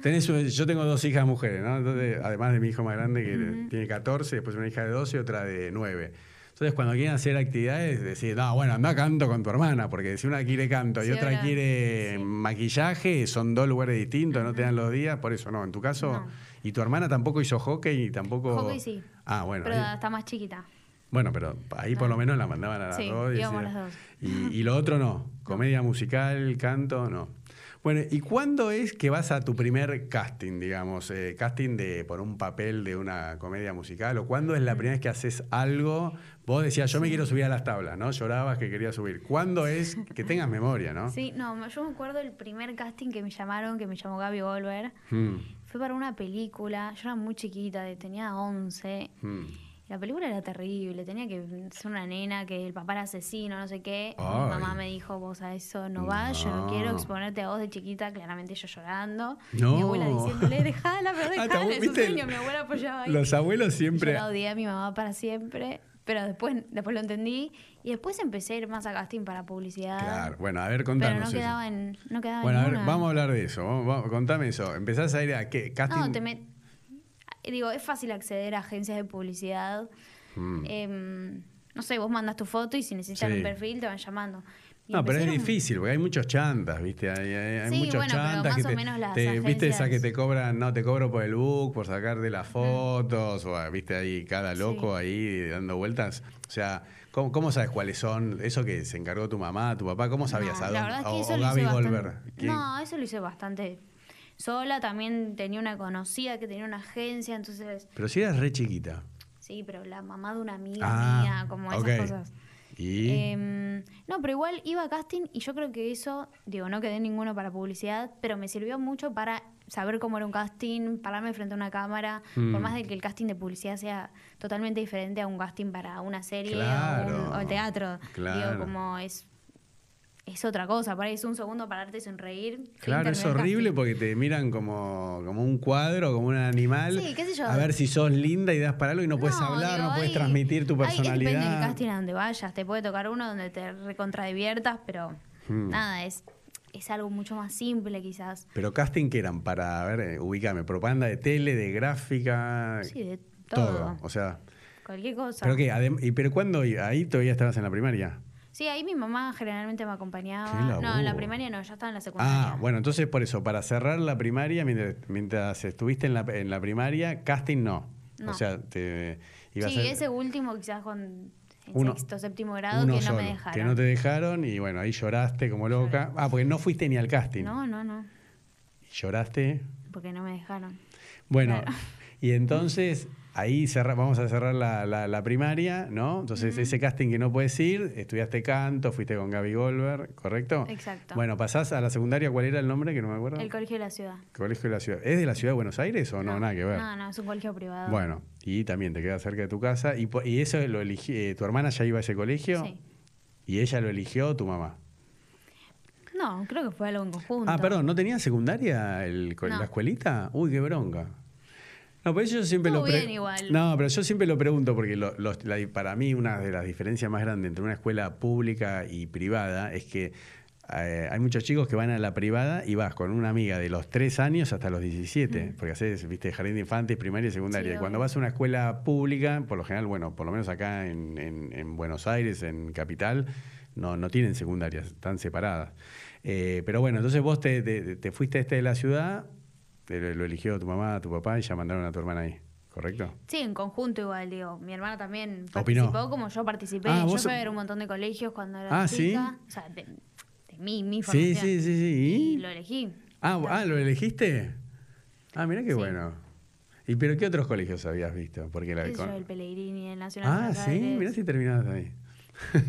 [SPEAKER 1] tenés, un- yo tengo dos hijas mujeres, ¿no? Entonces, además de mi hijo más grande que tiene 14, después una hija de 12 y otra de 9. Entonces, cuando quieren hacer actividades, decís, no, bueno, anda canto con tu hermana, porque si una quiere canto y
[SPEAKER 2] Sí,
[SPEAKER 1] otra
[SPEAKER 2] ahora-
[SPEAKER 1] quiere
[SPEAKER 2] sí.
[SPEAKER 1] maquillaje, son dos lugares distintos, no te dan los días, por eso no, en tu caso,
[SPEAKER 2] No.
[SPEAKER 1] y tu hermana tampoco hizo hockey y tampoco...
[SPEAKER 2] Hockey sí.
[SPEAKER 1] Ah, bueno.
[SPEAKER 2] Pero
[SPEAKER 1] ahí-
[SPEAKER 2] está más chiquita.
[SPEAKER 1] bueno, pero ahí por lo menos la mandaban a las
[SPEAKER 2] Sí,
[SPEAKER 1] dos. Y,
[SPEAKER 2] íbamos
[SPEAKER 1] decía-
[SPEAKER 2] a las dos.
[SPEAKER 1] y- y lo
[SPEAKER 2] [LAUGHS]
[SPEAKER 1] otro no. Comedia musical, canto, no. Bueno, ¿y cuándo es que vas a tu primer casting, digamos? eh, casting de por un papel de una comedia musical, o cuándo es la primera vez que haces algo. Vos decías, yo me quiero subir a las tablas, ¿no? Llorabas que querías subir. ¿Cuándo es
[SPEAKER 2] [LAUGHS]
[SPEAKER 1] que tengas memoria, no?
[SPEAKER 2] Sí, no, yo me acuerdo el primer casting que me llamaron, que me llamó Gaby Goldberg.
[SPEAKER 1] Mm,
[SPEAKER 2] Fue para una película, yo era muy chiquita, de- tenía 11.
[SPEAKER 1] mm.
[SPEAKER 2] La película era terrible, tenía que ser una nena que el papá era asesino, no sé qué.
[SPEAKER 1] Ay.
[SPEAKER 2] Mi mamá me dijo, vos a eso no vas, yo
[SPEAKER 1] No.
[SPEAKER 2] no quiero exponerte a vos de chiquita, claramente yo llorando.
[SPEAKER 1] No.
[SPEAKER 2] Mi abuela diciéndole, dejala, pero
[SPEAKER 1] Ah, te
[SPEAKER 2] dejala, es un
[SPEAKER 1] viste el-
[SPEAKER 2] sueño, mi abuela apoyaba ahí.
[SPEAKER 1] Los abuelos siempre.
[SPEAKER 2] Yo la odié a mi mamá para siempre, pero después, después lo entendí y después empecé a ir más a casting para publicidad.
[SPEAKER 1] Claro, bueno, a ver, contanos.
[SPEAKER 2] Pero no
[SPEAKER 1] eso.
[SPEAKER 2] quedaba en. No quedaba en
[SPEAKER 1] Bueno, a ver,
[SPEAKER 2] ninguna.
[SPEAKER 1] vamos a hablar de eso. Vamos- vamos- contame eso. ¿Empezás a ir a qué? ¿Casting?
[SPEAKER 2] No, te met- Digo, es fácil acceder a agencias de publicidad.
[SPEAKER 1] Mm.
[SPEAKER 2] Em, no sé, vos mandas tu foto y si necesitan
[SPEAKER 1] Sí.
[SPEAKER 2] un perfil te van llamando. Y
[SPEAKER 1] No, pero es
[SPEAKER 2] empezaron-
[SPEAKER 1] difícil, porque hay muchos chantas, ¿viste? Hay, hay- hay
[SPEAKER 2] Sí,
[SPEAKER 1] muchos
[SPEAKER 2] bueno, pero
[SPEAKER 1] chantas
[SPEAKER 2] más
[SPEAKER 1] que
[SPEAKER 2] o
[SPEAKER 1] te,
[SPEAKER 2] menos las
[SPEAKER 1] te- ¿viste esa
[SPEAKER 2] agencias-
[SPEAKER 1] que te cobran? No, te cobro por el book, por sacar de las fotos, o ah, viste ahí cada loco ahí dando vueltas. O sea, ¿cómo, cómo sabes cuáles son? Eso que se encargó tu mamá, tu papá, ¿cómo sabías
[SPEAKER 2] No,
[SPEAKER 1] a
[SPEAKER 2] la
[SPEAKER 1] dónde?
[SPEAKER 2] verdad es que
[SPEAKER 1] o,
[SPEAKER 2] eso
[SPEAKER 1] o
[SPEAKER 2] lo
[SPEAKER 1] Gaby
[SPEAKER 2] hice
[SPEAKER 1] Goldberg.
[SPEAKER 2] bastante-
[SPEAKER 1] ¿Quién?
[SPEAKER 2] No, eso lo hice bastante sola. También tenía una conocida que tenía una agencia, entonces.
[SPEAKER 1] Pero si eras re chiquita.
[SPEAKER 2] Sí, pero la mamá de una amiga
[SPEAKER 1] Ah,
[SPEAKER 2] mía, como esas
[SPEAKER 1] ok.
[SPEAKER 2] cosas.
[SPEAKER 1] Y.
[SPEAKER 2] Em, no, pero igual iba a casting y yo creo que eso, digo, no quedé ninguno para publicidad, pero me sirvió mucho para saber cómo era un casting, pararme frente a una cámara,
[SPEAKER 1] Mm.
[SPEAKER 2] por más de que el casting de publicidad sea totalmente diferente a un casting para una serie o un-
[SPEAKER 1] Claro,
[SPEAKER 2] o, el teatro.
[SPEAKER 1] claro.
[SPEAKER 2] Digo, como es, es otra cosa, para ahí es un segundo pararte y sonreír. fin,
[SPEAKER 1] Claro, es
[SPEAKER 2] terminó el
[SPEAKER 1] horrible
[SPEAKER 2] casting.
[SPEAKER 1] porque te miran como, como un cuadro, como un animal.
[SPEAKER 2] Sí, qué sé yo.
[SPEAKER 1] A ver si sos linda y das para algo y no puedes hablar,
[SPEAKER 2] digo,
[SPEAKER 1] no puedes
[SPEAKER 2] hay-
[SPEAKER 1] transmitir tu
[SPEAKER 2] hay- es depende del
[SPEAKER 1] personalidad.
[SPEAKER 2] casting a donde vayas. Te puede tocar uno donde te recontradiviertas, pero
[SPEAKER 1] Hmm.
[SPEAKER 2] nada, es, es algo mucho más simple quizás.
[SPEAKER 1] Pero casting que eran para, a ver, eh, ubícame, propaganda de tele, de gráfica,
[SPEAKER 2] Sí, de todo.
[SPEAKER 1] todo. O sea,
[SPEAKER 2] Cualquier cosa.
[SPEAKER 1] pero qué, adem- y pero cuando ahí todavía estabas en la primaria.
[SPEAKER 2] Sí, ahí mi mamá generalmente me acompañaba.
[SPEAKER 1] Qué laburo.
[SPEAKER 2] No, en la primaria no, ya estaba en la secundaria.
[SPEAKER 1] Ah, bueno, entonces por eso, para cerrar la primaria, mientras, mientras estuviste en la, en la primaria, casting no.
[SPEAKER 2] No.
[SPEAKER 1] O sea, te ibas
[SPEAKER 2] Sí,
[SPEAKER 1] a-
[SPEAKER 2] ese último quizás con en
[SPEAKER 1] Uno-
[SPEAKER 2] sexto, séptimo grado
[SPEAKER 1] uno
[SPEAKER 2] que no
[SPEAKER 1] solo,
[SPEAKER 2] me dejaron.
[SPEAKER 1] Que no te dejaron y bueno, ahí lloraste como loca. Ah, porque no fuiste ni al casting.
[SPEAKER 2] no, no, no,
[SPEAKER 1] Y Lloraste.
[SPEAKER 2] porque no me dejaron.
[SPEAKER 1] Bueno,
[SPEAKER 2] Claro.
[SPEAKER 1] y entonces ahí cerra- vamos a cerrar la, la- la primaria, ¿no? Entonces ese casting que no puedes ir, estudiaste canto, fuiste con Gaby Goldberg, ¿correcto?
[SPEAKER 2] Exacto.
[SPEAKER 1] Bueno, pasás a la secundaria, ¿cuál era el nombre? Que no me acuerdo.
[SPEAKER 2] El colegio de la ciudad.
[SPEAKER 1] Colegio de la Ciudad. ¿Es de la Ciudad de Buenos Aires o no? Nada que ver.
[SPEAKER 2] No, no, es un colegio privado.
[SPEAKER 1] Bueno, y también te queda cerca de tu casa. Y, po- y eso lo eligí, eh, tu hermana ya iba a ese colegio
[SPEAKER 2] Sí.
[SPEAKER 1] y ella lo eligió tu mamá.
[SPEAKER 2] No, creo que fue algo en conjunto.
[SPEAKER 1] Ah, perdón, ¿no tenía secundaria el co-
[SPEAKER 2] No.
[SPEAKER 1] la escuelita? Uy, qué bronca. No, pero yo siempre lo
[SPEAKER 2] Estuvo
[SPEAKER 1] pre-
[SPEAKER 2] bien igual.
[SPEAKER 1] No, pero yo siempre lo pregunto porque lo- los- la- para mí una de las diferencias más grandes entre una escuela pública y privada es que eh, hay muchos chicos que van a la privada y vas con una amiga de los 3 años hasta los 17, porque haces, viste, jardín de infantes, primaria y secundaria.
[SPEAKER 2] Mm. Sí,
[SPEAKER 1] y cuando
[SPEAKER 2] obvio.
[SPEAKER 1] vas a una escuela pública, por lo general, bueno, por lo menos acá en, en- en Buenos Aires, en Capital, no, no tienen secundarias, están separadas. Eh, pero bueno, entonces vos te, te- te fuiste a este de la ciudad, te lo, lo eligió tu mamá, tu papá y ya mandaron a tu hermana ahí, ¿correcto?
[SPEAKER 2] Sí, en conjunto igual, digo. Mi hermana también
[SPEAKER 1] Ah, Opinó.
[SPEAKER 2] participó como yo participé.
[SPEAKER 1] Ah,
[SPEAKER 2] yo
[SPEAKER 1] vos-
[SPEAKER 2] fui a ver un montón de colegios cuando era
[SPEAKER 1] Ah, ¿sí?
[SPEAKER 2] chica. O sea, de, de mí, mi
[SPEAKER 1] Sí,
[SPEAKER 2] formación.
[SPEAKER 1] sí, sí, sí.
[SPEAKER 2] Y
[SPEAKER 1] ¿Y?
[SPEAKER 2] lo elegí.
[SPEAKER 1] Ah, ah, ¿lo elegiste? Ah, mirá qué
[SPEAKER 2] Sí.
[SPEAKER 1] bueno. ¿Y pero qué otros colegios habías visto? Porque la
[SPEAKER 2] Qué sé yo,
[SPEAKER 1] con-
[SPEAKER 2] el Pellegrini, el Nacional.
[SPEAKER 1] Ah,
[SPEAKER 2] Buenos
[SPEAKER 1] sí,
[SPEAKER 2] Aires.
[SPEAKER 1] mirá si terminabas ahí.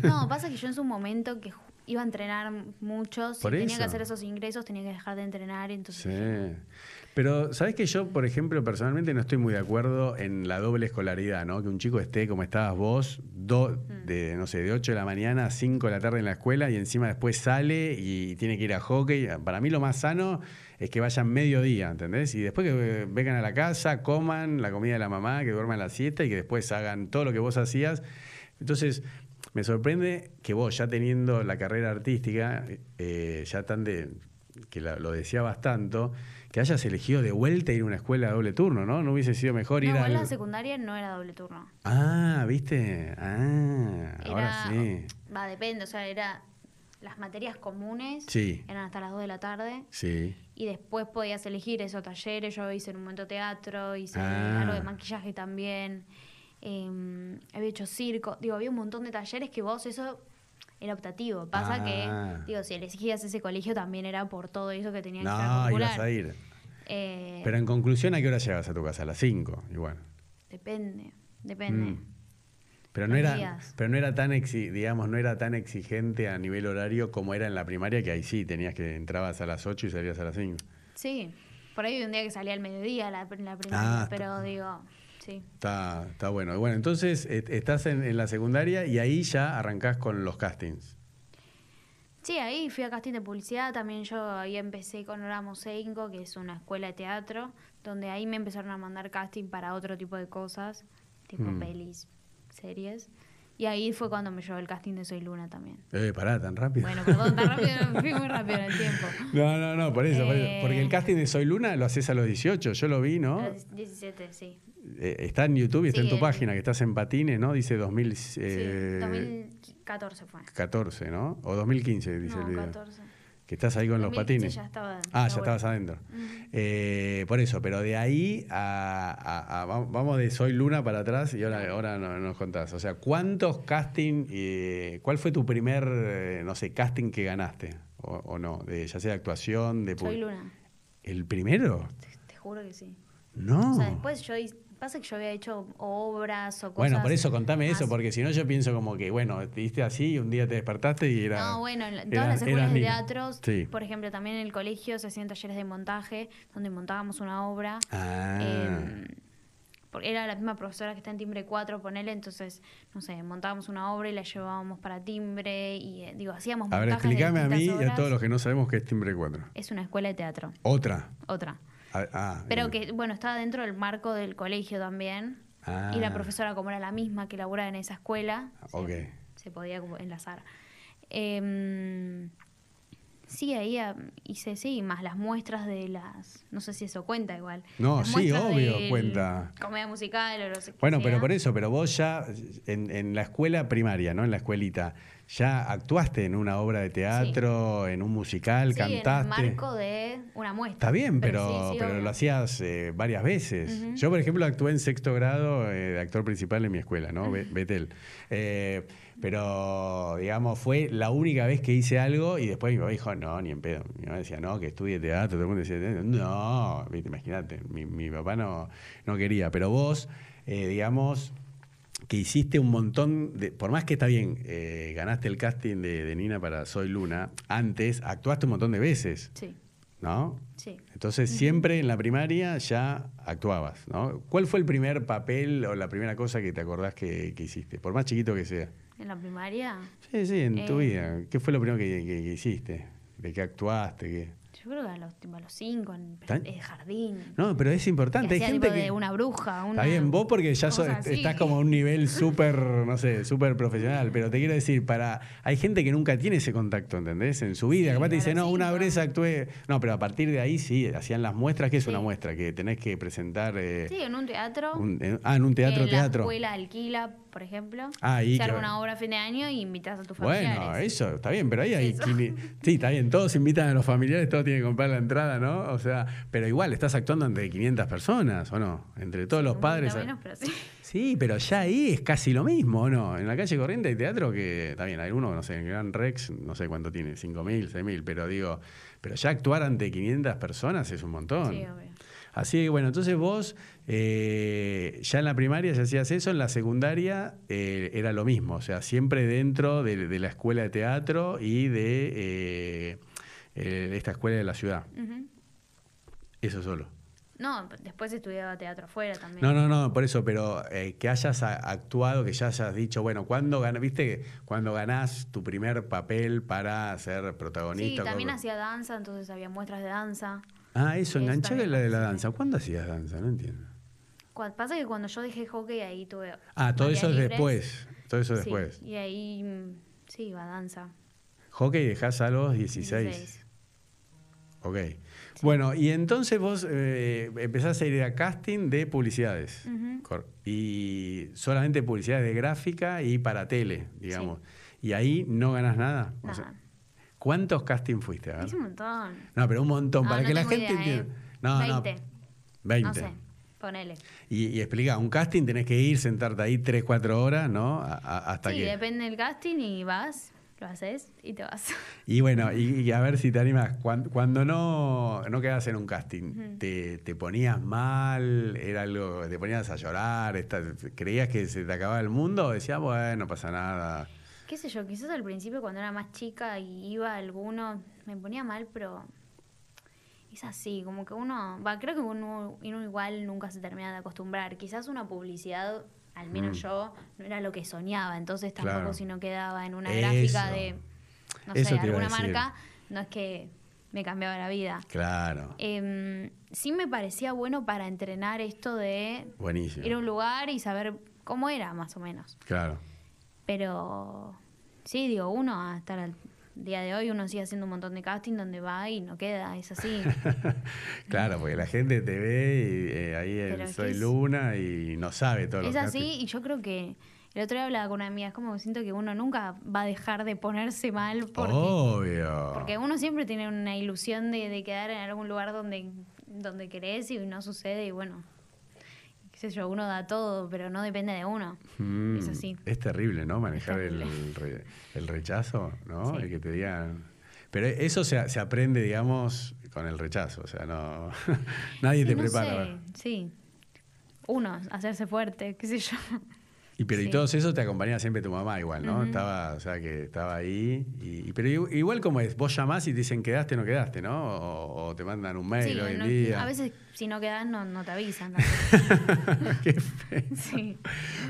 [SPEAKER 2] No, pasa que yo en su momento que ju- iba a entrenar muchos,
[SPEAKER 1] Por
[SPEAKER 2] tenía
[SPEAKER 1] eso.
[SPEAKER 2] que hacer esos ingresos, tenía que dejar de entrenar, y entonces
[SPEAKER 1] Sí.
[SPEAKER 2] dije,
[SPEAKER 1] Pero, ¿sabes que yo, por ejemplo, personalmente no estoy muy de acuerdo en la doble escolaridad, ¿no? Que un chico esté como estabas vos, do-
[SPEAKER 2] Mm.
[SPEAKER 1] de, no sé, de 8 de la mañana a 5 de la tarde en la escuela y encima después sale y tiene que ir a hockey. Para mí lo más sano es que vayan mediodía, ¿entendés? Y después que eh, vengan a la casa, coman la comida de la mamá, que duerman la siesta y que después hagan todo lo que vos hacías. Entonces, me sorprende que vos, ya teniendo la carrera artística, eh, ya tan de. que la- lo deseabas tanto, que hayas elegido de vuelta ir a una escuela de doble turno, ¿no? No hubiese sido mejor
[SPEAKER 2] no,
[SPEAKER 1] ir a.
[SPEAKER 2] igual la secundaria no era doble turno.
[SPEAKER 1] ah, ¿viste? Ah,
[SPEAKER 2] Era,
[SPEAKER 1] ahora sí.
[SPEAKER 2] Va, depende, o sea, era las materias comunes,
[SPEAKER 1] Sí.
[SPEAKER 2] eran hasta las 2 de la tarde,
[SPEAKER 1] Sí.
[SPEAKER 2] y después podías elegir esos talleres, yo hice en un momento teatro, hice
[SPEAKER 1] Ah.
[SPEAKER 2] algo de maquillaje también, eh, había hecho circo, digo, había un montón de talleres que vos eso era optativo, pasa
[SPEAKER 1] Ah.
[SPEAKER 2] que, digo, si elegías ese colegio también era por todo eso que tenían que
[SPEAKER 1] No,
[SPEAKER 2] calcular.
[SPEAKER 1] ibas a ir.
[SPEAKER 2] Eh,
[SPEAKER 1] Pero en conclusión, ¿a qué hora llegabas a tu casa? A las 5, igual.
[SPEAKER 2] Depende, depende.
[SPEAKER 1] Mm. Pero no
[SPEAKER 2] Los
[SPEAKER 1] era,
[SPEAKER 2] días.
[SPEAKER 1] pero no era tan exi- digamos, no era tan exigente a nivel horario como era en la primaria, que ahí sí tenías que entrabas a las 8 y salías a las 5.
[SPEAKER 2] Sí, por ahí había un día que salía al mediodía la, la
[SPEAKER 1] Ah,
[SPEAKER 2] primera,
[SPEAKER 1] está-
[SPEAKER 2] pero digo, sí.
[SPEAKER 1] Está, está bueno. Bueno, entonces et- estás en, en la secundaria y ahí ya arrancás con los castings.
[SPEAKER 2] Sí, ahí fui a casting de publicidad, también yo ahí empecé con Hora Mosaico, que es una escuela de teatro, donde ahí me empezaron a mandar casting para otro tipo de cosas, tipo
[SPEAKER 1] Mm.
[SPEAKER 2] pelis, series. Y ahí fue cuando me llegó el casting de Soy Luna
[SPEAKER 1] [LAUGHS]
[SPEAKER 2] también.
[SPEAKER 1] Eh, pará, tan rápido.
[SPEAKER 2] Bueno, perdón, tan rápido, [LAUGHS] fui muy rápido en el tiempo.
[SPEAKER 1] [LAUGHS] No, no, no, por eso, por eso. Porque el
[SPEAKER 2] Eh.
[SPEAKER 1] casting de Soy Luna lo haces a los 18, yo lo vi,
[SPEAKER 2] A
[SPEAKER 1] ¿no?
[SPEAKER 2] los 17, sí.
[SPEAKER 1] Eh, está en YouTube y está
[SPEAKER 2] Sí,
[SPEAKER 1] en tu
[SPEAKER 2] el-
[SPEAKER 1] página, que estás en patines, ¿no? Dice
[SPEAKER 2] Sí,
[SPEAKER 1] Eh, 2014,
[SPEAKER 2] 2014 fue.
[SPEAKER 1] ¿no? O 2015, dice el
[SPEAKER 2] No,
[SPEAKER 1] video.
[SPEAKER 2] 14.
[SPEAKER 1] Que estás ahí con los
[SPEAKER 2] 2015
[SPEAKER 1] patines.
[SPEAKER 2] ya estaba-
[SPEAKER 1] ah,
[SPEAKER 2] estaba
[SPEAKER 1] ya estabas adentro. Eh, por eso, pero de ahí a, a- a- va- vamos de Soy Luna para atrás y ahora, ahora no- nos contás. O sea, ¿cuántos casting, eh, cuál fue tu primer, eh, no sé, casting que ganaste? O, o no, de, ya sea de actuación, de...
[SPEAKER 2] Soy
[SPEAKER 1] pub-
[SPEAKER 2] Luna,
[SPEAKER 1] ¿El primero?
[SPEAKER 2] te, te juro que sí.
[SPEAKER 1] No.
[SPEAKER 2] O sea, después yo hice- pasa que yo había hecho obras o cosas.
[SPEAKER 1] bueno, por eso contame eso,
[SPEAKER 2] más.
[SPEAKER 1] porque si no yo pienso como que, bueno, te diste así y un día te despertaste y era...
[SPEAKER 2] no, bueno, en la- todas
[SPEAKER 1] eras-
[SPEAKER 2] las
[SPEAKER 1] eras
[SPEAKER 2] escuelas de
[SPEAKER 1] Nina.
[SPEAKER 2] teatros,
[SPEAKER 1] Sí.
[SPEAKER 2] por ejemplo, también en el colegio se hacían talleres de montaje, donde montábamos una obra.
[SPEAKER 1] Ah.
[SPEAKER 2] Eh, porque era la misma profesora que está en timbre 4, ponele, entonces, no sé, montábamos una obra y la llevábamos para timbre y, eh, digo, hacíamos
[SPEAKER 1] A ver,
[SPEAKER 2] montajes de
[SPEAKER 1] explícame a mí
[SPEAKER 2] distintas
[SPEAKER 1] y a
[SPEAKER 2] obras.
[SPEAKER 1] todos los que no sabemos qué es Timbre 4.
[SPEAKER 2] Es una escuela de teatro,
[SPEAKER 1] Otra.
[SPEAKER 2] otra.
[SPEAKER 1] Ah, ah,
[SPEAKER 2] Pero
[SPEAKER 1] eh.
[SPEAKER 2] que, bueno, estaba dentro del marco del colegio también.
[SPEAKER 1] Ah.
[SPEAKER 2] Y la profesora, como era la misma que laburaba en esa escuela, se-
[SPEAKER 1] Ok.
[SPEAKER 2] se, podía como enlazar. Em, sí, ahí ah, hice, sí, más las muestras de las. No sé si eso cuenta igual.
[SPEAKER 1] No,
[SPEAKER 2] Las
[SPEAKER 1] sí,
[SPEAKER 2] muestras
[SPEAKER 1] obvio,
[SPEAKER 2] del
[SPEAKER 1] cuenta.
[SPEAKER 2] Comedia musical o lo sé- que
[SPEAKER 1] Bueno, pero
[SPEAKER 2] sea.
[SPEAKER 1] por eso, pero vos ya en, en la escuela primaria, ¿no? En la escuelita, ya actuaste en una obra de teatro, en un musical,
[SPEAKER 2] Sí,
[SPEAKER 1] cantaste.
[SPEAKER 2] En el marco de una muestra.
[SPEAKER 1] Está bien, pero, pero,
[SPEAKER 2] sí, sí, obvio.
[SPEAKER 1] lo hacías eh, varias veces.
[SPEAKER 2] Ujú.
[SPEAKER 1] Yo, por ejemplo, actué en sexto grado eh, de actor principal en mi escuela, ¿no? Be- Betel. Eh, pero, digamos, fue la única vez que hice algo y después mi papá dijo, no, ni en pedo. Mi mamá decía, no, que estudie teatro. Todo el mundo decía, no, Viste, imagínate, mi, mi papá no, no quería. Pero vos, eh, digamos, que hiciste un montón de. Por más que está bien, eh, ganaste el casting de, de Nina para Soy Luna, antes actuaste un montón de veces,
[SPEAKER 2] Sí,
[SPEAKER 1] ¿no?
[SPEAKER 2] sí.
[SPEAKER 1] Entonces, siempre en la primaria ya actuabas, ¿no? ¿Cuál fue el primer papel o la primera cosa que te acordás que, que hiciste? Por más chiquito que sea.
[SPEAKER 2] En la primaria.
[SPEAKER 1] Sí, sí, en tu
[SPEAKER 2] Eh.
[SPEAKER 1] vida. ¿Qué fue lo primero que, que- que hiciste? ¿De qué actuaste? ¿Qué?
[SPEAKER 2] Yo creo que a los, tipo, a los cinco, en
[SPEAKER 1] ¿Tan?
[SPEAKER 2] el jardín.
[SPEAKER 1] No, pero es
[SPEAKER 2] Que
[SPEAKER 1] importante. Hay
[SPEAKER 2] hacía
[SPEAKER 1] gente
[SPEAKER 2] tipo de
[SPEAKER 1] que.
[SPEAKER 2] una bruja. Una...
[SPEAKER 1] Está bien, vos porque ya
[SPEAKER 2] cosa
[SPEAKER 1] sos-
[SPEAKER 2] así.
[SPEAKER 1] estás como a un nivel súper, no sé, súper profesional, pero te quiero decir, para hay gente que nunca tiene ese contacto, ¿entendés? En su vida,
[SPEAKER 2] Sí,
[SPEAKER 1] capaz te
[SPEAKER 2] a
[SPEAKER 1] dice,
[SPEAKER 2] los
[SPEAKER 1] no, una
[SPEAKER 2] cinco".
[SPEAKER 1] vez actué, no, pero a partir de ahí sí, hacían las muestras, que es una
[SPEAKER 2] Sí.
[SPEAKER 1] muestra, que tenés que presentar... eh,
[SPEAKER 2] Sí, en un teatro.
[SPEAKER 1] un- en- ah, en un teatro,
[SPEAKER 2] que La
[SPEAKER 1] teatro.
[SPEAKER 2] escuela alquila, por ejemplo.
[SPEAKER 1] Ah, y
[SPEAKER 2] se arma
[SPEAKER 1] que-
[SPEAKER 2] una obra a fin de año y invitas a tus familiares.
[SPEAKER 1] Bueno, eso, está bien, pero ahí hay...
[SPEAKER 2] Eso.
[SPEAKER 1] quini- Sí, está bien, todos invitan a los familiares, todos tienen que comprar la entrada, ¿no? O sea, pero igual, estás actuando ante 500 personas, ¿o no? Entre todos los
[SPEAKER 2] Un
[SPEAKER 1] padres... eh.
[SPEAKER 2] poquito menos, pero
[SPEAKER 1] [LAUGHS]
[SPEAKER 2] sí.
[SPEAKER 1] Sí, pero ya ahí es casi lo mismo, ¿o ¿no? En la calle corriente hay teatro que, está bien, hay uno, no sé, en Gran Rex, no sé cuánto tiene, 5.000, 6.000, pero digo, pero ya actuar ante 500 personas es un montón.
[SPEAKER 2] Sí, obvio.
[SPEAKER 1] Así que bueno, entonces vos eh, ya en la primaria ya hacías eso, en la secundaria eh, era lo mismo, o sea, siempre dentro de, de la escuela de teatro y de eh, eh, esta escuela de la ciudad,
[SPEAKER 2] Ujú.
[SPEAKER 1] eso solo.
[SPEAKER 2] No, después estudiaba teatro afuera también.
[SPEAKER 1] No, no, no, por eso, pero eh, que hayas a- actuado, que ya hayas dicho, bueno, ¿cuándo ganás? ¿Viste? Cuando ganás tu primer papel para ser
[SPEAKER 2] Sí,
[SPEAKER 1] protagonista.
[SPEAKER 2] también
[SPEAKER 1] co-
[SPEAKER 2] hacía danza, entonces había muestras de danza.
[SPEAKER 1] Ah, eso,
[SPEAKER 2] Eso
[SPEAKER 1] enganchá
[SPEAKER 2] también
[SPEAKER 1] la de la
[SPEAKER 2] participé.
[SPEAKER 1] danza. ¿Cuándo hacías danza? No entiendo.
[SPEAKER 2] Cua- Pasa que cuando yo dejé hockey ahí tuve.
[SPEAKER 1] Ah, todo
[SPEAKER 2] varias
[SPEAKER 1] eso es
[SPEAKER 2] libres.
[SPEAKER 1] después. Todo eso es después.
[SPEAKER 2] Sí, y ahí mm, sí, iba a danza.
[SPEAKER 1] Hockey dejás a los 16.
[SPEAKER 2] 16.
[SPEAKER 1] Ok. Bueno, y entonces vos eh, empezás a ir a casting de publicidades.
[SPEAKER 2] Ujú.
[SPEAKER 1] Cor- Y solamente publicidades de gráfica y para tele, digamos. Y ahí no ganás nada. O sea,
[SPEAKER 2] Nada.
[SPEAKER 1] ¿Cuántos castings fuiste? A ver.
[SPEAKER 2] Hice un montón.
[SPEAKER 1] No, pero un montón,
[SPEAKER 2] Ah,
[SPEAKER 1] para
[SPEAKER 2] no
[SPEAKER 1] que la
[SPEAKER 2] tengo
[SPEAKER 1] gente
[SPEAKER 2] idea, ¿eh?
[SPEAKER 1] entienda. No,
[SPEAKER 2] 20.
[SPEAKER 1] no. 20.
[SPEAKER 2] No sé, ponele.
[SPEAKER 1] Y, y explica, un casting tenés que ir, sentarte ahí 3, 4 horas, ¿no? A- a- hasta
[SPEAKER 2] Sí,
[SPEAKER 1] que...
[SPEAKER 2] depende del casting y vas, lo haces y te vas. [LAUGHS]
[SPEAKER 1] Y bueno, y, y a ver si te animas. Cuan- Cuando, no, no quedas en un casting, te, te ponías mal, era algo, te ponías a llorar, esta- creías que se te acababa el mundo, o decías, bueno, no pasa nada.
[SPEAKER 2] Qué sé yo, quizás al principio cuando era más chica y iba a alguno, me ponía mal, pero es así, como que uno, va, creo que uno, uno igual nunca se termina de acostumbrar. Quizás una publicidad, al menos
[SPEAKER 1] Mm.
[SPEAKER 2] yo, no era lo que soñaba, entonces tampoco
[SPEAKER 1] Claro.
[SPEAKER 2] si no quedaba en una
[SPEAKER 1] Eso.
[SPEAKER 2] gráfica de, no
[SPEAKER 1] Eso
[SPEAKER 2] sé,
[SPEAKER 1] te iba a
[SPEAKER 2] alguna
[SPEAKER 1] decir.
[SPEAKER 2] marca, no es que me cambiaba la vida.
[SPEAKER 1] Claro,
[SPEAKER 2] Em, sí me parecía bueno para entrenar esto de
[SPEAKER 1] buenísimo.
[SPEAKER 2] ir a un lugar y saber cómo era, más o menos.
[SPEAKER 1] Claro.
[SPEAKER 2] Pero sí, digo, uno a estar al día de hoy, uno sigue haciendo un montón de casting donde va y no queda, es así.
[SPEAKER 1] [LAUGHS] claro, porque la gente te ve y eh, ahí en
[SPEAKER 2] Pero es
[SPEAKER 1] Soy
[SPEAKER 2] que es-
[SPEAKER 1] Luna y no sabe todo lo
[SPEAKER 2] es
[SPEAKER 1] que
[SPEAKER 2] así y yo creo que el otro día hablaba con una amiga, es como que siento que uno nunca va a dejar de ponerse mal porque,
[SPEAKER 1] Oh. Obvio.
[SPEAKER 2] porque uno siempre tiene una ilusión de, de quedar en algún lugar donde, donde querés y no sucede y bueno, qué sé yo, uno da todo, pero no depende de uno.
[SPEAKER 1] Mm,
[SPEAKER 2] es así.
[SPEAKER 1] Es terrible, ¿no? Manejar
[SPEAKER 2] terrible.
[SPEAKER 1] El, re- el rechazo, ¿no?
[SPEAKER 2] Sí.
[SPEAKER 1] El que te digan. Pero eso se, se aprende, digamos, con el rechazo. O sea, no. [LAUGHS] nadie
[SPEAKER 2] Y
[SPEAKER 1] te
[SPEAKER 2] no
[SPEAKER 1] prepara.
[SPEAKER 2] sé, sí. Uno, hacerse fuerte, qué sé yo.
[SPEAKER 1] Y pero y
[SPEAKER 2] Sí.
[SPEAKER 1] todo eso te acompañaba siempre tu mamá igual, ¿no?
[SPEAKER 2] Ujú.
[SPEAKER 1] Estaba, o sea que estaba ahí. Y, y- pero igu- igual como es, vos llamás y te dicen quedaste o no quedaste, ¿no? O, o te mandan un mail
[SPEAKER 2] Sí,
[SPEAKER 1] hoy en
[SPEAKER 2] no-
[SPEAKER 1] día. [LAUGHS]
[SPEAKER 2] a veces si no quedas no, no te avisan. tampoco.
[SPEAKER 1] Qué feo.
[SPEAKER 2] Sí.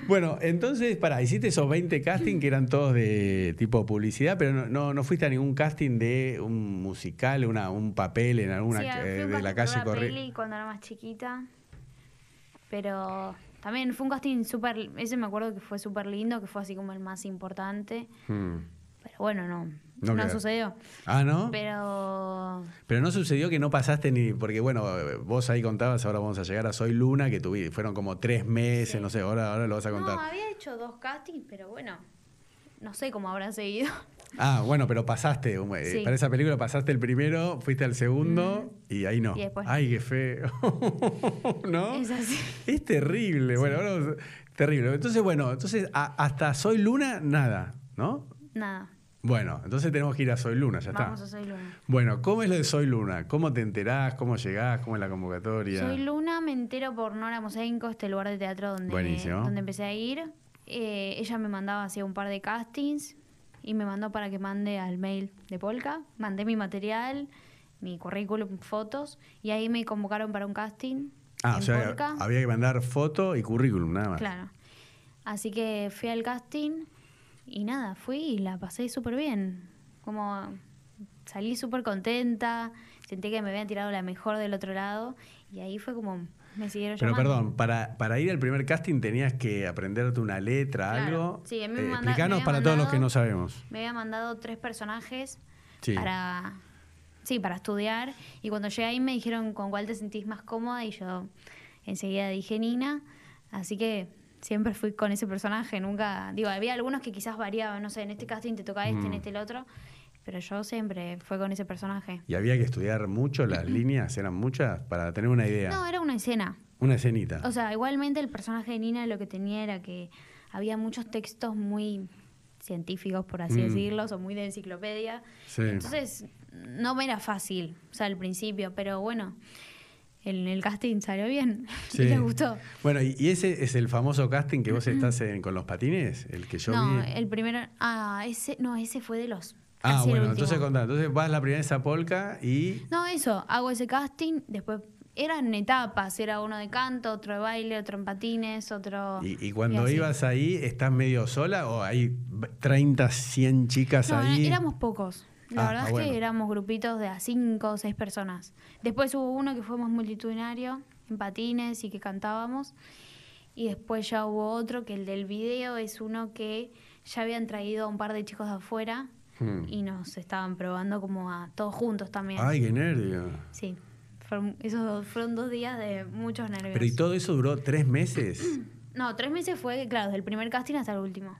[SPEAKER 1] Bueno, entonces, pará, hiciste esos 20 castings que eran todos de tipo publicidad, pero no, no, no fuiste a ningún casting de un musical, una, un papel en alguna
[SPEAKER 2] Sí,
[SPEAKER 1] eh,
[SPEAKER 2] fui un
[SPEAKER 1] de la calle
[SPEAKER 2] casting por una
[SPEAKER 1] corriente.
[SPEAKER 2] peli cuando era más chiquita. Pero también fue un casting súper. Ese me acuerdo que fue súper lindo, que fue así como el más importante. Pero bueno, no.
[SPEAKER 1] No
[SPEAKER 2] No,
[SPEAKER 1] quedaste.
[SPEAKER 2] sucedió.
[SPEAKER 1] Hmm. Ah, ¿no?
[SPEAKER 2] Pero.
[SPEAKER 1] Pero no sucedió que no pasaste ni. Porque, bueno, vos ahí contabas, ahora vamos a llegar a Soy Luna, que tuvi- fueron como tres meses,
[SPEAKER 2] Sí.
[SPEAKER 1] no sé, ahora, ahora lo vas a
[SPEAKER 2] No,
[SPEAKER 1] contar.
[SPEAKER 2] había hecho dos castings, pero bueno. No sé cómo habrá seguido. [LAUGHS]
[SPEAKER 1] Ah, bueno, pero pasaste. um, eh,
[SPEAKER 2] Sí.
[SPEAKER 1] Para esa película pasaste el primero, fuiste al segundo y ahí no.
[SPEAKER 2] Y después no.
[SPEAKER 1] Ay, qué feo. [LAUGHS] ¿No?
[SPEAKER 2] Es así.
[SPEAKER 1] Es terrible. Bueno, ahora vamos a- terrible. Entonces, bueno, entonces a- hasta Soy Luna, nada, ¿no?
[SPEAKER 2] Nada.
[SPEAKER 1] Bueno, entonces tenemos que ir a Soy Luna, ya
[SPEAKER 2] Vamos a
[SPEAKER 1] está.
[SPEAKER 2] Soy Luna.
[SPEAKER 1] Bueno, ¿cómo es lo de Soy Luna? ¿Cómo te enterás? ¿Cómo llegás? ¿Cómo es la convocatoria?
[SPEAKER 2] Soy Luna, me entero por Nora Mosenko, este lugar de teatro donde,
[SPEAKER 1] Buenísimo.
[SPEAKER 2] donde empecé a ir. Eh, ella me mandaba hacía un par de castings y me mandó para que mande al mail de Polka. Mandé mi material, mi currículum, fotos y ahí me convocaron para un casting
[SPEAKER 1] Ah,
[SPEAKER 2] en
[SPEAKER 1] o sea,
[SPEAKER 2] Polka.
[SPEAKER 1] había que mandar foto y currículum, nada más.
[SPEAKER 2] Claro. Así que fui al casting y nada, fui y la pasé súper bien. Como salí súper contenta. sentí que me habían tirado la mejor del otro lado y ahí fue como me siguieron
[SPEAKER 1] Pero
[SPEAKER 2] llamando.
[SPEAKER 1] perdón, para, para ir al primer casting tenías que aprenderte una letra,
[SPEAKER 2] Claro.
[SPEAKER 1] algo.
[SPEAKER 2] Sí, a mí me
[SPEAKER 1] Eh,
[SPEAKER 2] manda-
[SPEAKER 1] explicanos
[SPEAKER 2] me habían
[SPEAKER 1] para todos los
[SPEAKER 2] mandado-
[SPEAKER 1] que no sabemos.
[SPEAKER 2] Me había mandado tres personajes
[SPEAKER 1] Sí.
[SPEAKER 2] para sí, para estudiar y cuando llegué ahí me dijeron con cuál te sentís más cómoda y yo enseguida dije Nina, así que siempre fui con ese personaje, nunca digo, había algunos que quizás variaban, no sé, en este casting te tocaba
[SPEAKER 1] Mm.
[SPEAKER 2] este, en este el otro, pero yo siempre fue con ese personaje.
[SPEAKER 1] Y había que estudiar mucho
[SPEAKER 2] [CLEARS THROAT]
[SPEAKER 1] las líneas, eran muchas, para tener una idea.
[SPEAKER 2] No, era una escena.
[SPEAKER 1] Una escenita.
[SPEAKER 2] O sea, igualmente el personaje de Nina lo que tenía era que había muchos textos muy científicos, por así
[SPEAKER 1] Mm.
[SPEAKER 2] decirlos, o muy de enciclopedia.
[SPEAKER 1] Sí.
[SPEAKER 2] Entonces, [LAUGHS] no me era fácil, o sea, al principio, pero bueno, en el casting salió bien [LAUGHS]
[SPEAKER 1] Sí.
[SPEAKER 2] y le gustó.
[SPEAKER 1] Bueno, y, y ese es el famoso casting
[SPEAKER 2] [CLEARS THROAT]
[SPEAKER 1] que vos estás en- con los patines, el que yo
[SPEAKER 2] no,
[SPEAKER 1] vi.
[SPEAKER 2] el primero, ah, ese, no, ese fue de los...
[SPEAKER 1] Ah,
[SPEAKER 2] casi el
[SPEAKER 1] bueno,
[SPEAKER 2] último.
[SPEAKER 1] entonces contá. Entonces vas la primera vez a Polka y.
[SPEAKER 2] No, eso, hago ese casting, después eran etapas, era uno de canto, otro de baile, otro en patines, otro...
[SPEAKER 1] Y, y cuando
[SPEAKER 2] Oh, así.
[SPEAKER 1] ibas ahí, ¿estás medio sola o hay 30, 100 chicas
[SPEAKER 2] No,
[SPEAKER 1] ahí?
[SPEAKER 2] éramos pocos. La
[SPEAKER 1] Ah,
[SPEAKER 2] verdad
[SPEAKER 1] ah,
[SPEAKER 2] es
[SPEAKER 1] bueno.
[SPEAKER 2] que éramos grupitos de a cinco o seis personas. Después hubo uno que fue más multitudinario, en patines y que cantábamos. Y después ya hubo otro que el del video es uno que ya habían traído a un par de chicos de afuera
[SPEAKER 1] Hmm.
[SPEAKER 2] y nos estaban probando como a todos juntos también.
[SPEAKER 1] Ay, qué nervio.
[SPEAKER 2] Sí, fueron, esos dos- fueron dos días de muchos nervios.
[SPEAKER 1] Pero y todo eso duró tres meses. [CLEARS THROAT]
[SPEAKER 2] No, tres meses fue, claro, desde el primer casting hasta el último.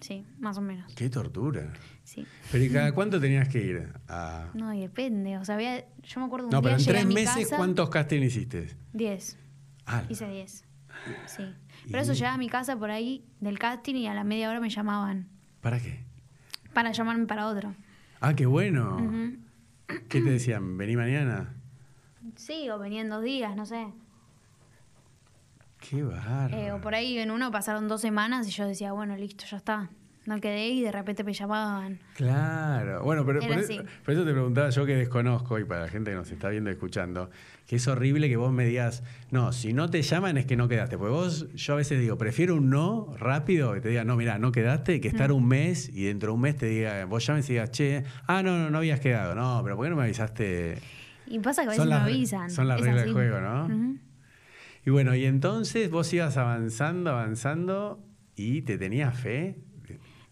[SPEAKER 2] Sí, más o menos.
[SPEAKER 1] qué tortura.
[SPEAKER 2] Sí.
[SPEAKER 1] Pero ¿y cada cuánto tenías que ir? A...
[SPEAKER 2] No, y depende. O sea, había, yo me acuerdo un
[SPEAKER 1] No, pero
[SPEAKER 2] día
[SPEAKER 1] en
[SPEAKER 2] llegué a
[SPEAKER 1] tres
[SPEAKER 2] mi
[SPEAKER 1] meses,
[SPEAKER 2] casa,
[SPEAKER 1] ¿cuántos castings hiciste?
[SPEAKER 2] 10.
[SPEAKER 1] Ah,
[SPEAKER 2] Hice 10.
[SPEAKER 1] [LAUGHS]
[SPEAKER 2] Sí. Pero
[SPEAKER 1] Y-
[SPEAKER 2] eso llegaba a mi casa por ahí del casting y a la media hora me llamaban
[SPEAKER 1] ¿para qué?
[SPEAKER 2] para llamarme para otro.
[SPEAKER 1] Ah, qué bueno.
[SPEAKER 2] Ujú.
[SPEAKER 1] ¿Qué te decían? ¿Vení mañana?
[SPEAKER 2] Sí, o venía en dos días, no sé.
[SPEAKER 1] Qué bárbaro.
[SPEAKER 2] Eh, o por ahí en uno pasaron dos semanas y yo decía, bueno, listo, ya está. No quedé y de repente me llamaban.
[SPEAKER 1] Claro, bueno, pero
[SPEAKER 2] Era
[SPEAKER 1] por,
[SPEAKER 2] así.
[SPEAKER 1] eso- por eso te preguntaba yo que desconozco y para la gente que nos está viendo y escuchando, que es horrible que vos me digas, no, si no te llaman es que no quedaste. Porque vos, yo a veces digo, prefiero un no rápido que te diga, no, mira, no quedaste, que
[SPEAKER 2] Mm.
[SPEAKER 1] estar un mes y dentro de un mes te diga, vos llames y digas, che, ah, no, no, no habías quedado, no, pero ¿por qué no me avisaste?
[SPEAKER 2] Y pasa que a veces
[SPEAKER 1] Son
[SPEAKER 2] me
[SPEAKER 1] las re-
[SPEAKER 2] avisan.
[SPEAKER 1] son las
[SPEAKER 2] Es
[SPEAKER 1] reglas del
[SPEAKER 2] así.
[SPEAKER 1] juego, ¿no?
[SPEAKER 2] Ujú.
[SPEAKER 1] Y bueno, y entonces vos ibas avanzando, avanzando y te tenías fe.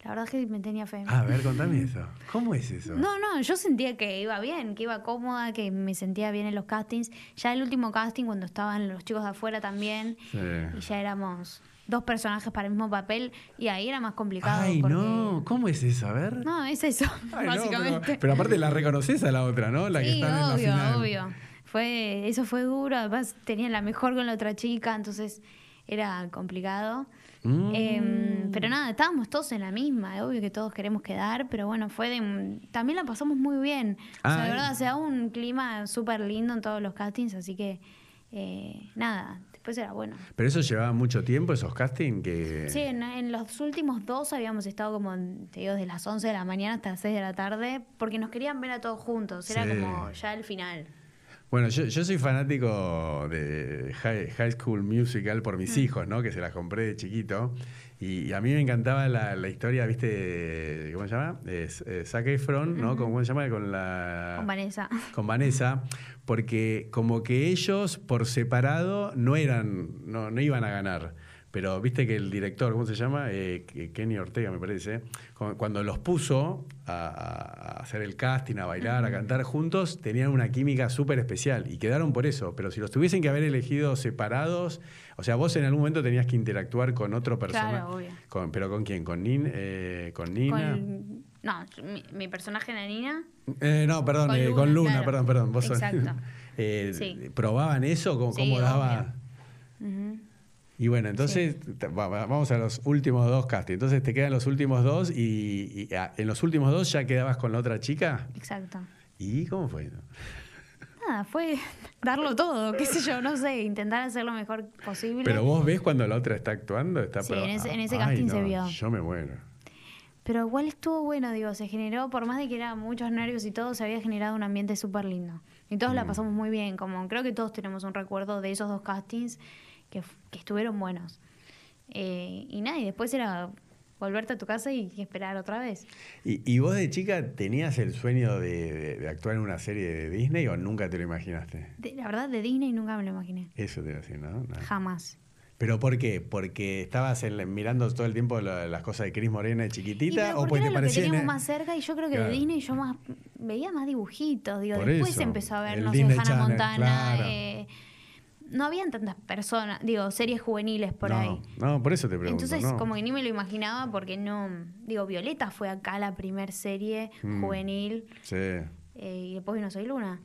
[SPEAKER 2] La verdad es que me tenía fe.
[SPEAKER 1] Ah, a ver, contame eso. ¿Cómo es eso?
[SPEAKER 2] No, no, yo sentía que iba bien, que iba cómoda, que me sentía bien en los castings. Ya el último casting, cuando estaban los chicos de afuera también,
[SPEAKER 1] Sí.
[SPEAKER 2] y ya éramos dos personajes para el mismo papel, y ahí era más complicado.
[SPEAKER 1] Ay,
[SPEAKER 2] porque-
[SPEAKER 1] no, ¿cómo es eso? A ver.
[SPEAKER 2] No, es eso, [LAUGHS]
[SPEAKER 1] Ay, no,
[SPEAKER 2] básicamente.
[SPEAKER 1] pero, pero aparte la reconoces a la otra, ¿no? La que
[SPEAKER 2] sí,
[SPEAKER 1] está
[SPEAKER 2] obvio,
[SPEAKER 1] en la final.
[SPEAKER 2] obvio. Fue, eso fue duro, además tenía la mejor con la otra chica, entonces era complicado.
[SPEAKER 1] Mm.
[SPEAKER 2] Em, pero nada, estábamos todos en la misma, es obvio que todos queremos quedar, pero bueno, fue de, un- también la pasamos muy bien. O sea,
[SPEAKER 1] Ah,
[SPEAKER 2] de verdad,
[SPEAKER 1] eh.
[SPEAKER 2] se da un clima súper lindo en todos los castings, así que eh, nada, después era bueno.
[SPEAKER 1] Pero eso llevaba mucho tiempo, esos castings que.
[SPEAKER 2] Sí, en, en los últimos dos habíamos estado como, te digo, desde las 11 de la mañana hasta las 6 de la tarde, porque nos querían ver a todos juntos, era
[SPEAKER 1] Sí.
[SPEAKER 2] como ya el final.
[SPEAKER 1] Bueno, yo, yo soy fanático de High, High School Musical por
[SPEAKER 2] Mm.
[SPEAKER 1] mis hijos, ¿no? Que se las compré de chiquito. Y, y a mí me encantaba la, la historia, ¿viste? de- ¿Cómo se llama? Es, eh, Zac Efron, ¿no? Con- ¿Cómo se llama? Con la...
[SPEAKER 2] Con Vanessa.
[SPEAKER 1] Con Vanessa. Porque como que ellos, por separado, no eran... No, no iban a ganar. Pero viste que el director, ¿cómo se llama? Eh, que- Kenny Ortega, me parece. cu- Cuando los puso a, a- a hacer el casting, a bailar, a cantar juntos, tenían una química súper especial y quedaron por eso. Pero si los tuviesen que haber elegido separados, o sea, vos en algún momento tenías que interactuar con otro personaje.
[SPEAKER 2] Claro, obvio.
[SPEAKER 1] Con- ¿Pero con quién? ¿Con, Nin- eh, con Nina?
[SPEAKER 2] Con, no, mi, mi personaje, la niña.
[SPEAKER 1] Eh, no, perdón,
[SPEAKER 2] Con
[SPEAKER 1] eh,
[SPEAKER 2] Luna,
[SPEAKER 1] con Luna,
[SPEAKER 2] claro.
[SPEAKER 1] perdón, perdón. Vos sos-
[SPEAKER 2] Exacto.
[SPEAKER 1] [LAUGHS] Eh,
[SPEAKER 2] Sí.
[SPEAKER 1] ¿Probaban eso? ¿Cómo,
[SPEAKER 2] Sí,
[SPEAKER 1] cómo daba?
[SPEAKER 2] obvio. Ujú.
[SPEAKER 1] Y bueno, entonces ta- va- va- vamos a los últimos dos castings. Entonces te quedan los últimos dos y, y, ah, en los últimos dos ya quedabas con la otra chica.
[SPEAKER 2] Exacto.
[SPEAKER 1] ¿Y cómo fue? eso?
[SPEAKER 2] Nada, fue darlo todo, qué sé yo, no sé, intentar hacer lo mejor posible.
[SPEAKER 1] Pero vos ves cuando la otra está actuando, está
[SPEAKER 2] Sí,
[SPEAKER 1] pro-
[SPEAKER 2] en ese- en ese
[SPEAKER 1] Ay,
[SPEAKER 2] casting
[SPEAKER 1] no,
[SPEAKER 2] se vio.
[SPEAKER 1] Yo me muero.
[SPEAKER 2] Pero igual estuvo bueno, digo, se generó, por más de que eran muchos nervios y todo, se había generado un ambiente súper lindo. Y todos
[SPEAKER 1] Mm.
[SPEAKER 2] la pasamos muy bien, como creo que todos tenemos un recuerdo de esos dos castings que, f- que estuvieron buenos. Eh, y nada, y después era volverte a tu casa y esperar otra vez.
[SPEAKER 1] ¿Y, y vos de chica tenías el sueño de, de- de actuar en una serie de Disney o nunca te lo imaginaste?
[SPEAKER 2] De- la verdad, de Disney nunca me lo imaginé.
[SPEAKER 1] Eso te iba a decir, ¿no? No.
[SPEAKER 2] Jamás.
[SPEAKER 1] ¿Pero por qué? ¿Porque estabas en la- mirando todo el tiempo la- las cosas de Cris Morena de
[SPEAKER 2] Y
[SPEAKER 1] chiquitita?
[SPEAKER 2] pero
[SPEAKER 1] ¿O
[SPEAKER 2] porque
[SPEAKER 1] porque
[SPEAKER 2] era
[SPEAKER 1] te
[SPEAKER 2] lo que
[SPEAKER 1] parecía.?
[SPEAKER 2] teníamos más cerca y yo creo que
[SPEAKER 1] Claro.
[SPEAKER 2] de Disney yo más veía más dibujitos, digo,
[SPEAKER 1] Por
[SPEAKER 2] después
[SPEAKER 1] eso,
[SPEAKER 2] empezó a ver,
[SPEAKER 1] el
[SPEAKER 2] no sé,
[SPEAKER 1] Disney
[SPEAKER 2] Hannah
[SPEAKER 1] Channel,
[SPEAKER 2] Montana,
[SPEAKER 1] claro.
[SPEAKER 2] eh, no habían tantas personas, digo, series juveniles por
[SPEAKER 1] no,
[SPEAKER 2] ahí.
[SPEAKER 1] No, por eso te pregunto.
[SPEAKER 2] Entonces,
[SPEAKER 1] ¿no?
[SPEAKER 2] como que ni me lo imaginaba porque no, digo, Violeta fue acá la primer serie
[SPEAKER 1] Mm.
[SPEAKER 2] juvenil
[SPEAKER 1] Sí.
[SPEAKER 2] eh, y después vino Soy Luna.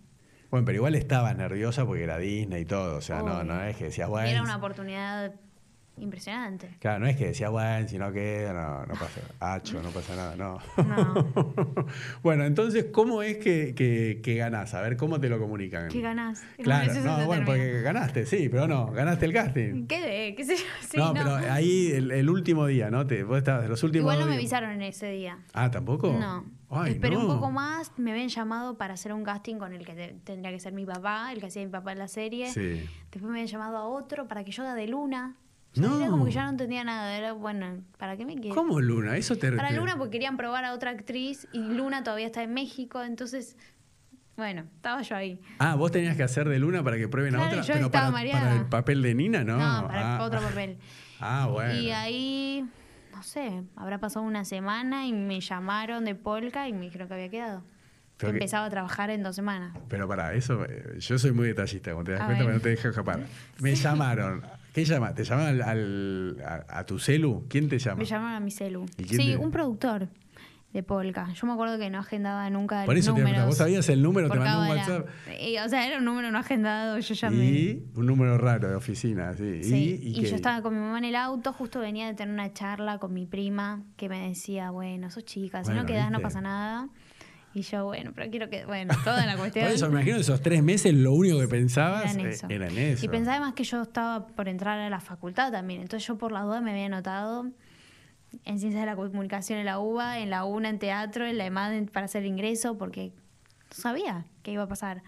[SPEAKER 1] Bueno, pero igual estabas nerviosa porque era Disney y todo. O sea, no,
[SPEAKER 2] Obvio.
[SPEAKER 1] no es que decías, bueno.
[SPEAKER 2] Era una oportunidad impresionante.
[SPEAKER 1] Claro, no es que decías, bueno, sino que no, no pasa Hacho, no pasa nada, no.
[SPEAKER 2] No.
[SPEAKER 1] [LAUGHS] bueno, entonces, ¿cómo es que, que, que ganás? A ver, ¿cómo te lo comunican?
[SPEAKER 2] ¿Qué ganás?
[SPEAKER 1] Em, Claro,
[SPEAKER 2] Ese es
[SPEAKER 1] no,
[SPEAKER 2] el
[SPEAKER 1] bueno,
[SPEAKER 2] término.
[SPEAKER 1] porque ganaste, sí, pero no, ganaste el casting.
[SPEAKER 2] ¿Qué de? ¿Qué sé yo? [LAUGHS] Sí,
[SPEAKER 1] no,
[SPEAKER 2] no,
[SPEAKER 1] pero ah, ahí el, el último día, ¿no? Te, vos estabas los últimos
[SPEAKER 2] Igual no
[SPEAKER 1] dos
[SPEAKER 2] me
[SPEAKER 1] días.
[SPEAKER 2] avisaron en ese día.
[SPEAKER 1] Ah, ¿tampoco?
[SPEAKER 2] No.
[SPEAKER 1] Ay,
[SPEAKER 2] Esperé
[SPEAKER 1] no.
[SPEAKER 2] un poco más, me habían llamado para hacer un casting con el que te- tendría que ser mi papá, el que hacía mi papá en la serie.
[SPEAKER 1] Sí.
[SPEAKER 2] Después me habían llamado a otro para que yo haga de Luna.
[SPEAKER 1] No.
[SPEAKER 2] Era como que ya no entendía nada, era bueno, ¿para qué me quieren?
[SPEAKER 1] ¿Cómo Luna? Eso te
[SPEAKER 2] Para
[SPEAKER 1] te-
[SPEAKER 2] Luna porque querían probar a otra actriz y Luna todavía está en México, entonces, bueno, estaba yo ahí.
[SPEAKER 1] Ah, vos tenías que hacer de Luna para que prueben a
[SPEAKER 2] Claro,
[SPEAKER 1] otra,
[SPEAKER 2] yo
[SPEAKER 1] pero
[SPEAKER 2] estaba
[SPEAKER 1] para,
[SPEAKER 2] mareada.
[SPEAKER 1] para el papel de Nina, ¿no?
[SPEAKER 2] No, para
[SPEAKER 1] Ah.
[SPEAKER 2] otro papel.
[SPEAKER 1] [LAUGHS] Ah, bueno.
[SPEAKER 2] Y ahí, no sé, habrá pasado una semana y me llamaron de Polka y me dijeron que había quedado. Que
[SPEAKER 1] Pero que-
[SPEAKER 2] empezaba a trabajar en dos semanas.
[SPEAKER 1] Pero para eso, eh, yo soy muy detallista, como te das
[SPEAKER 2] A
[SPEAKER 1] cuenta,
[SPEAKER 2] ver.
[SPEAKER 1] pero no te dejo escapar. Me llamaron. ¿Qué llama? ¿Te llamaron al, al- a, a tu celu? ¿Quién te llama?
[SPEAKER 2] Me llamaron a mi celu.
[SPEAKER 1] ¿Y quién
[SPEAKER 2] Sí,
[SPEAKER 1] te-
[SPEAKER 2] un productor de Polka. Yo me acuerdo que no agendaba nunca
[SPEAKER 1] Por eso te
[SPEAKER 2] números.
[SPEAKER 1] preguntaba, ¿vos sabías el número? ¿Te
[SPEAKER 2] por
[SPEAKER 1] mandó un
[SPEAKER 2] cábala.
[SPEAKER 1] WhatsApp?
[SPEAKER 2] Y, o sea, era un número no agendado, yo llamé.
[SPEAKER 1] y un número raro de oficina, sí.
[SPEAKER 2] Sí,
[SPEAKER 1] ¿Y,
[SPEAKER 2] y,
[SPEAKER 1] qué?
[SPEAKER 2] yo estaba con mi mamá en el auto, justo venía de tener una charla con mi prima que me decía, bueno, sos chica, si
[SPEAKER 1] Bueno,
[SPEAKER 2] no quedás no
[SPEAKER 1] ¿viste?
[SPEAKER 2] pasa nada. Y yo, bueno, pero quiero que, bueno,
[SPEAKER 1] [LAUGHS]
[SPEAKER 2] toda la
[SPEAKER 1] Por
[SPEAKER 2] cuestión.
[SPEAKER 1] eso me imagino que esos tres meses lo único que pensabas
[SPEAKER 2] Eran
[SPEAKER 1] eh,
[SPEAKER 2] eso.
[SPEAKER 1] eran eso.
[SPEAKER 2] Y pensaba además que yo estaba por entrar a la facultad también, entonces yo por la duda me había anotado en Ciencias de la Comunicación en la UBA, en la UNA en teatro, en la EMAD en- para hacer ingreso, porque no sabía qué iba a pasar.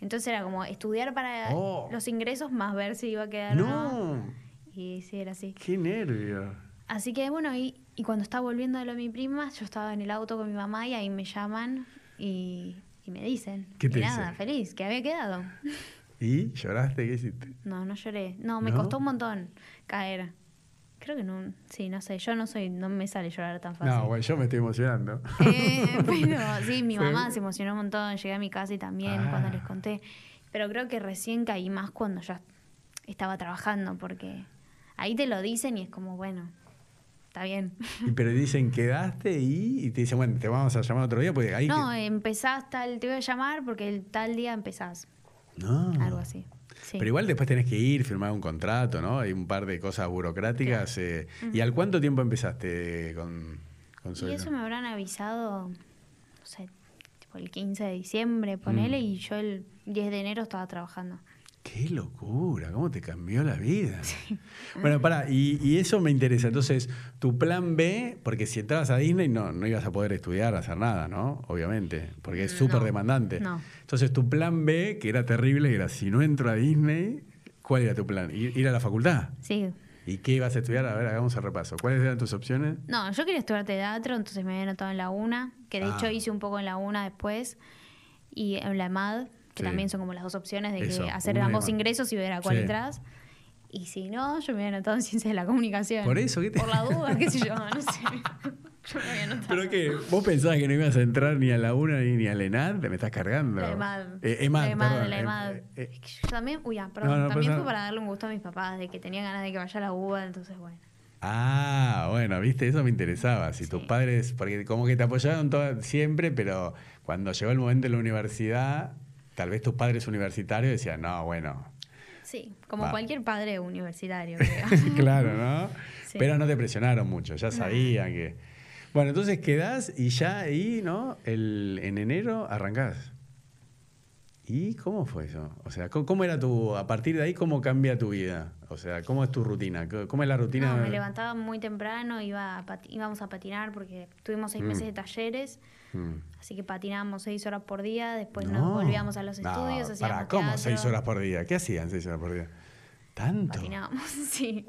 [SPEAKER 2] Entonces era como estudiar para
[SPEAKER 1] Oh.
[SPEAKER 2] los ingresos más ver si iba a quedar o no.
[SPEAKER 1] No,
[SPEAKER 2] Y sí, era así.
[SPEAKER 1] qué nervio.
[SPEAKER 2] Así que bueno, y, y cuando estaba volviendo de lo de mi prima, yo estaba en el auto con mi mamá y ahí me llaman y, y me dicen.
[SPEAKER 1] ¿Qué te
[SPEAKER 2] y nada,
[SPEAKER 1] dicen?
[SPEAKER 2] feliz, que había quedado.
[SPEAKER 1] ¿Y lloraste? ¿Qué hiciste?
[SPEAKER 2] No, no lloré. No, me
[SPEAKER 1] ¿No?
[SPEAKER 2] costó un montón caer. Creo que no. Sí, no sé. Yo no soy. No me sale llorar tan fácil.
[SPEAKER 1] No, bueno, yo me estoy emocionando.
[SPEAKER 2] [LAUGHS] Eh, [LAUGHS] pero
[SPEAKER 1] [LAUGHS]
[SPEAKER 2] sí, mi
[SPEAKER 1] Fue-
[SPEAKER 2] mamá se emocionó un montón. Llegué a mi casa y también
[SPEAKER 1] Ah.
[SPEAKER 2] cuando les conté. Pero creo que recién caí más cuando ya estaba trabajando, porque ahí te lo dicen y es como, bueno, está bien.
[SPEAKER 1] Y Pero dicen, quedaste y, y te dicen, bueno, te vamos a llamar otro día porque ahí...
[SPEAKER 2] No, eh,
[SPEAKER 1] que-
[SPEAKER 2] empezás tal. Te voy a llamar porque el tal día empezás.
[SPEAKER 1] No.
[SPEAKER 2] Algo así.
[SPEAKER 1] Ah.
[SPEAKER 2] Sí.
[SPEAKER 1] Pero igual después tenés que ir, firmar un contrato, ¿no? Hay un par de cosas burocráticas. eh. ¿Y al cuánto tiempo empezaste con, con
[SPEAKER 2] Y
[SPEAKER 1] Zoilo?
[SPEAKER 2] eso me habrán avisado, no sé, tipo el 15 de diciembre, ponele,
[SPEAKER 1] Mm.
[SPEAKER 2] y yo el 10 de enero estaba trabajando.
[SPEAKER 1] ¡Qué locura! ¿Cómo te cambió la vida? Bueno, pará, y, y eso me interesa. Entonces, tu plan B, porque si entrabas a Disney no, no ibas a poder estudiar, hacer nada, ¿no? Obviamente, porque es
[SPEAKER 2] Mm, No,
[SPEAKER 1] súper demandante.
[SPEAKER 2] no.
[SPEAKER 1] Entonces, tu plan B, que era terrible, era si no entro a Disney, ¿cuál era tu plan? ¿Ir, ir a la facultad?
[SPEAKER 2] Sí.
[SPEAKER 1] ¿Y qué ibas a estudiar? A ver, hagamos el repaso. ¿Cuáles eran tus opciones?
[SPEAKER 2] No, yo quería estudiar teatro, entonces me había anotado en la UNA, que de
[SPEAKER 1] Ah.
[SPEAKER 2] hecho hice un poco en la UNA después, y en la EMAD, que
[SPEAKER 1] Sí.
[SPEAKER 2] también son como las dos opciones de
[SPEAKER 1] Eso,
[SPEAKER 2] que hacer
[SPEAKER 1] una y
[SPEAKER 2] ambos
[SPEAKER 1] EMAD.
[SPEAKER 2] ingresos y ver a cuál
[SPEAKER 1] Sí.
[SPEAKER 2] entras. Y si no, yo me había anotado en Ciencias de la Comunicación.
[SPEAKER 1] Por eso, ¿qué te-
[SPEAKER 2] Por la duda, qué sé yo, no sé. [LAUGHS] Yo me había
[SPEAKER 1] [LAUGHS]
[SPEAKER 2] anotado.
[SPEAKER 1] ¿Pero qué? ¿Vos pensabas que no ibas a entrar ni a la UNA ni, ni a Lenad? ¿Te me estás cargando?
[SPEAKER 2] La EMAD.
[SPEAKER 1] Eh, EMAD,
[SPEAKER 2] La EMAD,
[SPEAKER 1] perdón.
[SPEAKER 2] la
[SPEAKER 1] Em-
[SPEAKER 2] EMAD.
[SPEAKER 1] eh,
[SPEAKER 2] Es que yo también, uy, ah, perdón,
[SPEAKER 1] No, no,
[SPEAKER 2] también
[SPEAKER 1] pasa
[SPEAKER 2] fue
[SPEAKER 1] nada.
[SPEAKER 2] para darle un gusto a mis papás, de que tenía ganas de que vaya a la UBA, entonces bueno.
[SPEAKER 1] Ah, bueno, viste, eso me interesaba. Si tus
[SPEAKER 2] Sí.
[SPEAKER 1] padres, porque como que te apoyaron toda- siempre, pero cuando llegó el momento de la universidad, tal vez tus padres universitarios decían, no, bueno.
[SPEAKER 2] Sí, como
[SPEAKER 1] Va.
[SPEAKER 2] cualquier padre
[SPEAKER 1] [LAUGHS]
[SPEAKER 2] universitario, creo.
[SPEAKER 1] claro, ¿no?
[SPEAKER 2] Sí.
[SPEAKER 1] Pero no te presionaron mucho, ya sabían que. Bueno, entonces quedás y ya ahí, ¿no? El, en enero arrancás. ¿Y cómo fue eso? O sea, ¿cómo, cómo era tu. A partir de ahí, ¿cómo cambia tu vida? O sea, ¿cómo es tu rutina? ¿Cómo es la rutina?
[SPEAKER 2] No, me levantaba muy temprano, iba a pati- íbamos a patinar porque tuvimos seis
[SPEAKER 1] Mm.
[SPEAKER 2] meses de talleres,
[SPEAKER 1] Mm.
[SPEAKER 2] así que patinábamos seis horas por día, después pues nos
[SPEAKER 1] No.
[SPEAKER 2] volvíamos a los
[SPEAKER 1] No,
[SPEAKER 2] estudios, hacíamos
[SPEAKER 1] pará, ¿cómo
[SPEAKER 2] teatro,
[SPEAKER 1] seis horas por día? ¿Qué hacían seis horas por día? ¿Tanto?
[SPEAKER 2] Patinábamos, [LAUGHS] sí.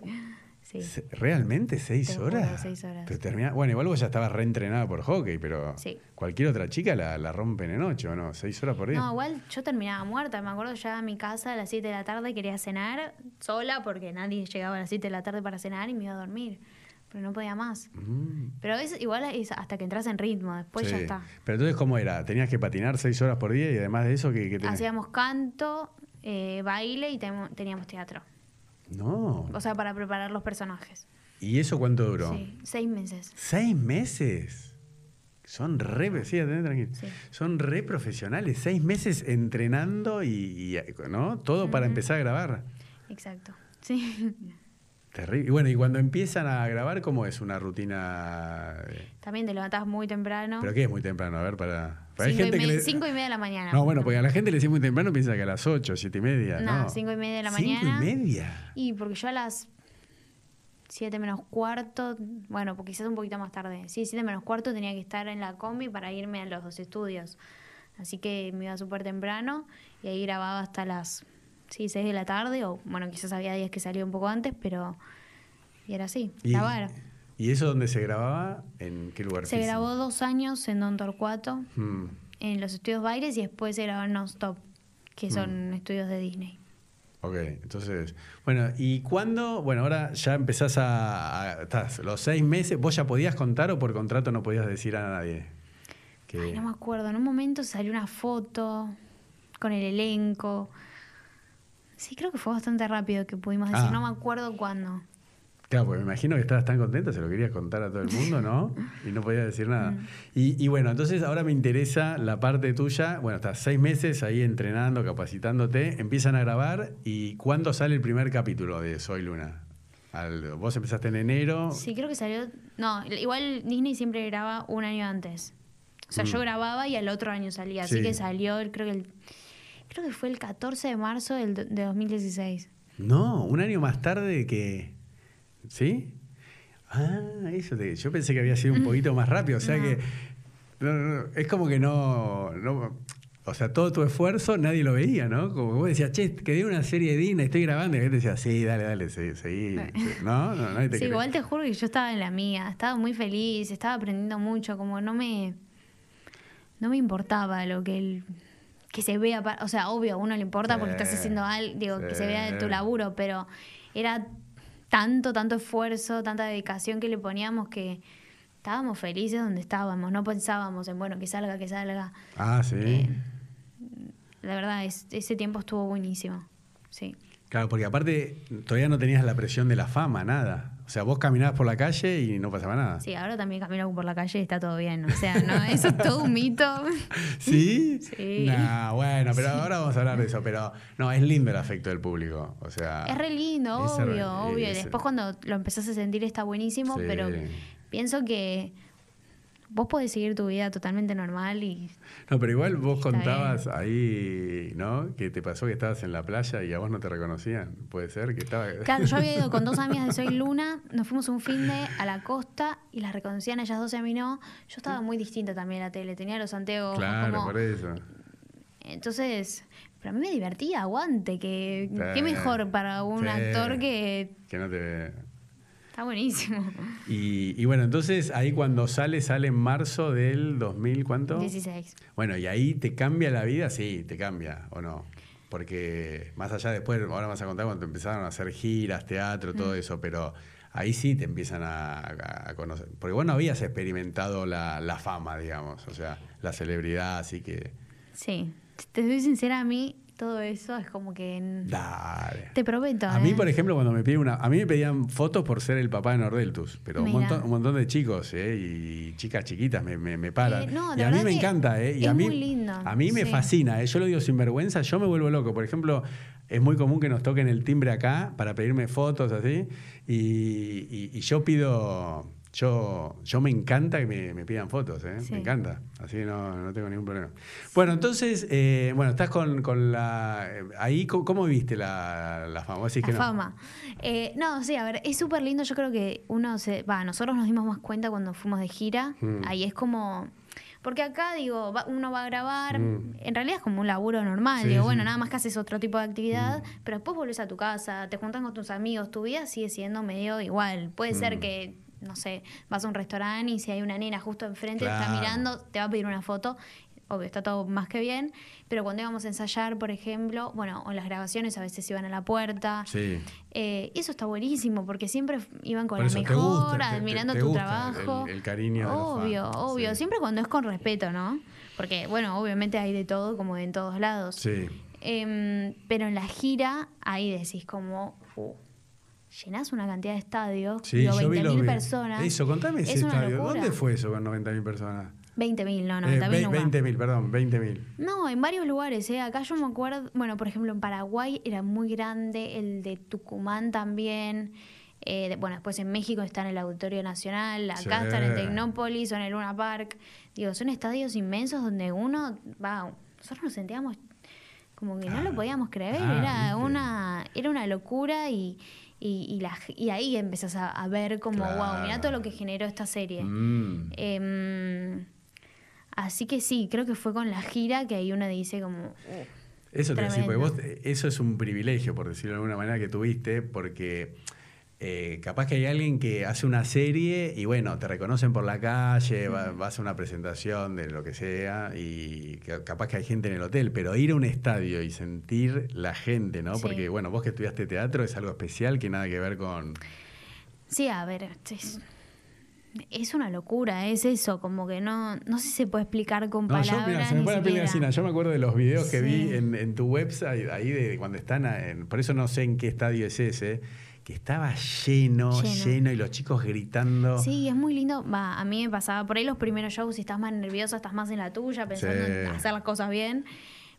[SPEAKER 2] Sí.
[SPEAKER 1] Se- ¿Realmente seis
[SPEAKER 2] Te juro,
[SPEAKER 1] horas?
[SPEAKER 2] seis horas.
[SPEAKER 1] Pero termina- Bueno, igual vos ya estabas reentrenada por hockey, pero
[SPEAKER 2] Sí.
[SPEAKER 1] cualquier otra chica la, la rompen en ocho, ¿no? Seis horas por día.
[SPEAKER 2] No, igual yo terminaba muerta. Me acuerdo ya a mi casa a las 7 de la tarde quería cenar sola porque nadie llegaba a las 7 de la tarde para cenar y me iba a dormir. Pero no podía más.
[SPEAKER 1] Mm,
[SPEAKER 2] Pero es igual es hasta que entras en ritmo, después pues ya
[SPEAKER 1] sí.
[SPEAKER 2] está.
[SPEAKER 1] Pero entonces, ¿cómo era? ¿Tenías que patinar seis horas por día y además de eso, ¿qué, qué tenías?
[SPEAKER 2] Hacíamos canto, eh, baile y temo- teníamos teatro.
[SPEAKER 1] No.
[SPEAKER 2] O sea, para preparar los personajes.
[SPEAKER 1] ¿Y eso cuánto duró?
[SPEAKER 2] Sí, seis meses.
[SPEAKER 1] ¿Seis meses? Son re, sí, atendé, tranquilo.
[SPEAKER 2] Ah. Sí.
[SPEAKER 1] Son re profesionales. Seis meses entrenando y, y, ¿no? Todo para empezar a grabar.
[SPEAKER 2] Exacto. Sí. [LAUGHS]
[SPEAKER 1] Terrible. Y bueno, y cuando empiezan a grabar, ¿cómo es una rutina? eh,
[SPEAKER 2] También te levantabas muy temprano.
[SPEAKER 1] ¿Pero qué es muy temprano? A ver, para. para- hay
[SPEAKER 2] Cinco, y
[SPEAKER 1] gente que
[SPEAKER 2] me-
[SPEAKER 1] le-
[SPEAKER 2] cinco y media de la mañana.
[SPEAKER 1] No, bueno, porque a la gente le dice muy temprano, piensa que a las 8, 7 y media. No,
[SPEAKER 2] No, cinco y media de la mañana.
[SPEAKER 1] ¿Cinco y media?
[SPEAKER 2] Y porque yo a las 7 menos cuarto, bueno, pues quizás un poquito más tarde. Sí, 7 menos cuarto tenía que estar en la combi para irme a los dos estudios. Así que me iba súper temprano y ahí grababa hasta las sí, 6 de la tarde, o bueno, quizás había días que salía un poco antes, pero y era así,
[SPEAKER 1] ¿Y,
[SPEAKER 2] grabar.
[SPEAKER 1] ¿Y eso donde se grababa? ¿En qué lugar?
[SPEAKER 2] Se
[SPEAKER 1] físico?
[SPEAKER 2] grabó dos años en Don Torcuato,
[SPEAKER 1] Mm.
[SPEAKER 2] en los estudios Baires, y después se grabó en Non-Stop, que son estudios de Disney.
[SPEAKER 1] Ok, entonces, bueno, ¿y cuándo? Bueno, ahora ya empezás a, a- estás, los seis meses, ¿vos ya podías contar o por contrato no podías decir a nadie? Que-
[SPEAKER 2] Ay, no me acuerdo. En un momento salió una foto con el elenco. Sí, creo que fue bastante rápido que pudimos decir.
[SPEAKER 1] Ah.
[SPEAKER 2] No me acuerdo cuándo.
[SPEAKER 1] Claro, porque me imagino que estabas tan contenta, se lo querías contar a todo el mundo,
[SPEAKER 2] [LAUGHS]
[SPEAKER 1] ¿no? Y no podías decir nada.
[SPEAKER 2] Mm.
[SPEAKER 1] Y, y bueno, entonces ahora me interesa la parte tuya. Bueno, estás seis meses ahí entrenando, capacitándote, empiezan a grabar. ¿Y cuándo sale el primer capítulo de Soy Luna? Al- vos empezaste en enero.
[SPEAKER 2] Sí, creo que salió. No, igual Disney siempre graba un año antes. O sea, yo grababa y al otro año salía. Así
[SPEAKER 1] Mm. Sí.
[SPEAKER 2] que salió, creo que el, creo que fue el 14 de marzo del, do- de 2016.
[SPEAKER 1] No, un año más tarde que. ¿Sí? Ah, eso te- yo pensé que había sido un poquito más rápido. O sea que. no, no, no, es como que no, no- O sea, todo tu esfuerzo nadie lo veía, ¿no? Como que vos decías, che, quedé una serie digna, estoy grabando. Y la gente decía, sí, dale, dale, seguí.
[SPEAKER 2] [LAUGHS]
[SPEAKER 1] seguí". No, no, nadie te
[SPEAKER 2] Sí,
[SPEAKER 1] cree.
[SPEAKER 2] igual te juro que yo estaba en la mía. Estaba muy feliz, estaba aprendiendo mucho. Como no me. No me importaba lo que el. Que se vea. pa- O sea, obvio, a uno le importa porque
[SPEAKER 1] Sí,
[SPEAKER 2] estás haciendo algo. Digo, que se vea de tu
[SPEAKER 1] sí.
[SPEAKER 2] laburo, pero era tanto, tanto esfuerzo, tanta dedicación que le poníamos que. Estábamos felices donde estábamos, no pensábamos en, bueno, que salga, que salga.
[SPEAKER 1] Ah, sí.
[SPEAKER 2] La verdad, es- ese tiempo estuvo buenísimo. Sí.
[SPEAKER 1] Claro, porque aparte todavía no tenías la presión de la fama, nada. O sea, vos caminabas por la calle y no pasaba nada.
[SPEAKER 2] Sí, ahora también camino por la calle y está todo bien. O sea, no, eso es todo un mito. [LAUGHS]
[SPEAKER 1] [LAUGHS] ¿Sí?
[SPEAKER 2] Sí.
[SPEAKER 1] Nah, bueno, pero ahora vamos a hablar de eso. Pero no, es lindo el afecto del público. O sea.
[SPEAKER 2] Es re lindo,
[SPEAKER 1] es
[SPEAKER 2] obvio,
[SPEAKER 1] Ah, re-
[SPEAKER 2] obvio.
[SPEAKER 1] es-
[SPEAKER 2] Después cuando lo empezás a sentir está buenísimo,
[SPEAKER 1] Sí.
[SPEAKER 2] pero pienso que vos podés seguir tu vida totalmente normal y
[SPEAKER 1] No, pero igual vos
[SPEAKER 2] Está
[SPEAKER 1] contabas ahí, ¿no? Que te pasó que estabas en la playa y a vos no te reconocían. Puede ser que estaba.
[SPEAKER 2] Claro, yo había ido con dos amigas de Soy Luna, nos fuimos un fin de a la costa y las reconocían, ellas dos y a mí no. Yo estaba muy distinta también a la tele, tenía los anteojos.
[SPEAKER 1] Claro,
[SPEAKER 2] como-
[SPEAKER 1] por eso.
[SPEAKER 2] Entonces, pero a mí me divertía, aguante, que
[SPEAKER 1] Sí.
[SPEAKER 2] qué mejor para un
[SPEAKER 1] Sí.
[SPEAKER 2] actor que
[SPEAKER 1] Que no te ve.
[SPEAKER 2] está buenísimo.
[SPEAKER 1] Y, y bueno, entonces ahí cuando sale, sale en marzo del 2000, ¿cuánto?
[SPEAKER 2] 16.
[SPEAKER 1] Bueno, y ahí te cambia la vida, sí, te cambia, ¿o no? Porque más allá después, ahora vas a contar cuando te empezaron a hacer giras, teatro, todo
[SPEAKER 2] Mm.
[SPEAKER 1] eso, pero ahí sí te empiezan a, a- a conocer. Porque vos no habías experimentado la, la fama, digamos, o sea, la celebridad, así que...
[SPEAKER 2] Sí. Si Te soy sincera, a mí todo eso es como que... en-
[SPEAKER 1] Dale.
[SPEAKER 2] Te prometo.
[SPEAKER 1] A mí,
[SPEAKER 2] ¿eh?
[SPEAKER 1] por ejemplo, cuando me piden una... A mí me pedían fotos por ser el papá de Nordeltus, pero un
[SPEAKER 2] Mirá.
[SPEAKER 1] montón, un montón de chicos ¿eh? y chicas chiquitas me, me- me paran.
[SPEAKER 2] Eh, no,
[SPEAKER 1] y
[SPEAKER 2] la
[SPEAKER 1] a mí
[SPEAKER 2] verdad
[SPEAKER 1] me
[SPEAKER 2] que
[SPEAKER 1] encanta, ¿eh? Y
[SPEAKER 2] es
[SPEAKER 1] a mí,
[SPEAKER 2] muy lindo,
[SPEAKER 1] A mí me
[SPEAKER 2] sí.
[SPEAKER 1] fascina, ¿eh? Yo lo digo sin vergüenza, yo me vuelvo loco. Por ejemplo, es muy común que nos toquen el timbre acá para pedirme fotos así y, y- y yo pido... Yo, yo me encanta que me, me pidan fotos, ¿eh?
[SPEAKER 2] Sí.
[SPEAKER 1] me encanta. Así que no, no tengo ningún problema. Bueno, entonces, eh, bueno, estás con, con la... eh, Ahí, ¿cómo, cómo viviste la, la fama? Vos decís
[SPEAKER 2] la
[SPEAKER 1] que no.
[SPEAKER 2] fama. Eh, no, sí, a ver, es súper lindo. Yo creo que uno se. Va, nosotros nos dimos más cuenta cuando fuimos de gira.
[SPEAKER 1] Mm.
[SPEAKER 2] Ahí es como. Porque acá, digo, va- uno va a grabar,
[SPEAKER 1] Mm.
[SPEAKER 2] en realidad es como un laburo normal,
[SPEAKER 1] Sí,
[SPEAKER 2] digo,
[SPEAKER 1] sí. Mm.
[SPEAKER 2] bueno, nada más que haces otro tipo de actividad, pero después volvés a tu casa, te juntas con tus amigos, tu vida sigue siendo medio igual. Puede
[SPEAKER 1] Mm.
[SPEAKER 2] ser que, no sé, vas a un restaurante y si hay una nena justo enfrente,
[SPEAKER 1] Claro.
[SPEAKER 2] está mirando, te va a pedir una foto. Obvio, está todo más que bien, pero cuando íbamos a ensayar, por ejemplo, bueno, o en las grabaciones a veces iban a la puerta,
[SPEAKER 1] Sí.
[SPEAKER 2] eh, eso está buenísimo, porque siempre f- iban con
[SPEAKER 1] Por
[SPEAKER 2] la
[SPEAKER 1] eso, te
[SPEAKER 2] mejor,
[SPEAKER 1] gusta, te- te-
[SPEAKER 2] admirando
[SPEAKER 1] te
[SPEAKER 2] tu
[SPEAKER 1] gusta el-
[SPEAKER 2] trabajo.
[SPEAKER 1] el cariño de los
[SPEAKER 2] Obvio,
[SPEAKER 1] fans,
[SPEAKER 2] obvio.
[SPEAKER 1] sí.
[SPEAKER 2] Siempre cuando es con respeto, ¿no? Porque, bueno, obviamente hay de todo, como en todos lados.
[SPEAKER 1] Sí.
[SPEAKER 2] Em, pero en la gira, ahí decís como, uh, llenás una cantidad de estadios,
[SPEAKER 1] Sí,
[SPEAKER 2] digo,
[SPEAKER 1] yo vi los
[SPEAKER 2] 20.000
[SPEAKER 1] vi-
[SPEAKER 2] personas.
[SPEAKER 1] Eso, contame ese
[SPEAKER 2] Es una
[SPEAKER 1] estadio.
[SPEAKER 2] locura.
[SPEAKER 1] ¿Dónde fue eso con 90.000 personas?
[SPEAKER 2] 20.000, no,
[SPEAKER 1] Eh,
[SPEAKER 2] 90.000 no va.
[SPEAKER 1] 20.000, perdón, 20.000.
[SPEAKER 2] No, en varios lugares, ¿eh? Acá yo me acuerdo, bueno, por ejemplo, en Paraguay era muy grande, el de Tucumán también. eh, de- bueno, después en México está en el Auditorio Nacional, acá
[SPEAKER 1] Sí.
[SPEAKER 2] está en el Tecnópolis o en el Luna Park. Digo, son estadios inmensos donde uno va, nosotros nos sentíamos como que no lo podíamos creer,
[SPEAKER 1] Ah,
[SPEAKER 2] era
[SPEAKER 1] viste.
[SPEAKER 2] una era una locura y, y, y la- y ahí empezás a, a ver como, wow, mirá
[SPEAKER 1] Claro.
[SPEAKER 2] todo lo que generó esta serie.
[SPEAKER 1] Mm.
[SPEAKER 2] Em, así que sí, creo que fue con la gira que ahí uno dice como... "Uh,
[SPEAKER 1] Eso te iba a decir, porque
[SPEAKER 2] Tremendo.
[SPEAKER 1] vos, eso es un privilegio, por decirlo de alguna manera, que tuviste, porque eh, capaz que hay alguien que hace una serie y bueno, te reconocen por la calle, va- vas a una presentación de lo que sea, y ca- capaz que hay gente en el hotel, pero ir a un estadio y sentir la gente, ¿no?
[SPEAKER 2] Sí.
[SPEAKER 1] Porque bueno, vos que estudiaste teatro es algo especial que nada que ver con...
[SPEAKER 2] Sí, a ver, este es, es una locura, es eso, como que no, no sé si se puede explicar con
[SPEAKER 1] No, yo,
[SPEAKER 2] palabras.
[SPEAKER 1] mira, se me
[SPEAKER 2] ni
[SPEAKER 1] pone la piel de
[SPEAKER 2] siquiera.
[SPEAKER 1] gallina. Yo me acuerdo de los videos que vi
[SPEAKER 2] Sí.
[SPEAKER 1] en, en tu website, ahí de, de cuando están, a- en- por eso no sé en qué estadio es ese, que estaba lleno, lleno,
[SPEAKER 2] Lleno.
[SPEAKER 1] y los chicos gritando.
[SPEAKER 2] Sí, es muy lindo. Va, a mí me pasaba por ahí los primeros shows, si estás más nervioso, estás más en la tuya, pensando
[SPEAKER 1] Sí.
[SPEAKER 2] en hacer las cosas bien.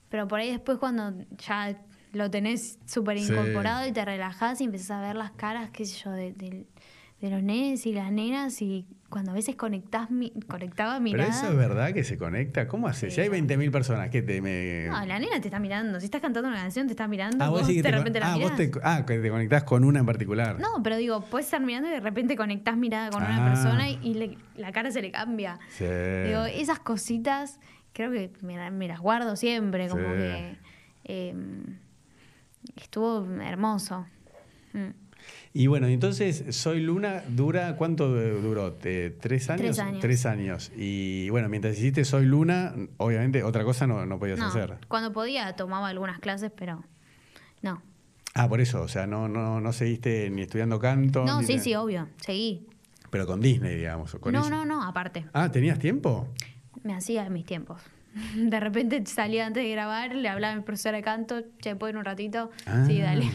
[SPEAKER 2] Pero por ahí después cuando ya lo tenés súper
[SPEAKER 1] Sí.
[SPEAKER 2] incorporado y te relajás y empezás a ver las caras, qué sé yo, de, de- de los nenes y las nenas y cuando a veces conectás mi, conectaba
[SPEAKER 1] Pero
[SPEAKER 2] mirada.
[SPEAKER 1] eso es verdad que se conecta. ¿cómo haces? Si hay 20.000 personas que te me...
[SPEAKER 2] No, la nena te está mirando. Si estás cantando una canción, te está mirando.
[SPEAKER 1] ah, vos
[SPEAKER 2] vos
[SPEAKER 1] decís que
[SPEAKER 2] de
[SPEAKER 1] te,
[SPEAKER 2] repente
[SPEAKER 1] con-
[SPEAKER 2] la
[SPEAKER 1] ah, vos
[SPEAKER 2] mirás.
[SPEAKER 1] te- ah, que te conectás con una en particular.
[SPEAKER 2] No, pero digo, puedes estar mirando y de repente conectás mirada con
[SPEAKER 1] Ah.
[SPEAKER 2] una persona y, y le- la cara se le cambia.
[SPEAKER 1] Sí.
[SPEAKER 2] Digo, esas cositas creo que me, la- me las guardo siempre, como
[SPEAKER 1] Sí.
[SPEAKER 2] que eh, estuvo hermoso. Mm.
[SPEAKER 1] Y bueno, entonces Soy Luna dura, ¿cuánto du- duró? ¿Te- ¿Tres años?
[SPEAKER 2] años.
[SPEAKER 1] años. Y bueno, mientras hiciste Soy Luna, obviamente otra cosa no, no podías
[SPEAKER 2] No,
[SPEAKER 1] hacer.
[SPEAKER 2] cuando podía tomaba algunas clases, pero no.
[SPEAKER 1] Ah, por eso, o sea, no, no, no seguiste ni estudiando canto.
[SPEAKER 2] No,
[SPEAKER 1] ni
[SPEAKER 2] sí,
[SPEAKER 1] te-
[SPEAKER 2] sí, obvio, seguí.
[SPEAKER 1] Pero con Disney, digamos. o con
[SPEAKER 2] No,
[SPEAKER 1] eso.
[SPEAKER 2] no, no, aparte.
[SPEAKER 1] Ah, ¿tenías tiempo?
[SPEAKER 2] Me hacía mis tiempos. [LAUGHS] De repente salía antes de grabar, le hablaba a mi profesora de canto, che, ¿puedo ir un ratito? Sí,
[SPEAKER 1] Ah.
[SPEAKER 2] dale.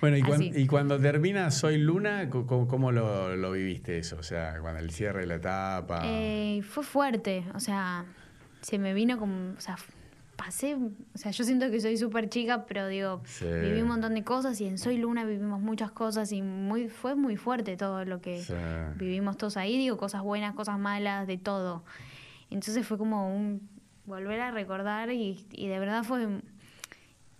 [SPEAKER 1] Bueno, y, cuan-
[SPEAKER 2] Así.
[SPEAKER 1] y cuando termina Soy Luna, cu- cu- ¿cómo, lo, lo viviste eso? O sea, cuando el cierre de la etapa.
[SPEAKER 2] Eh, fue fuerte, o sea, se me vino como, o sea, f- pasé, o sea, yo siento que soy súper chica, pero digo,
[SPEAKER 1] Sí.
[SPEAKER 2] viví un montón de cosas y en Soy Luna vivimos muchas cosas y muy fue muy fuerte todo lo que
[SPEAKER 1] Sí.
[SPEAKER 2] vivimos todos ahí, digo, cosas buenas, cosas malas, de todo. Entonces fue como un volver a recordar y, y de verdad fue,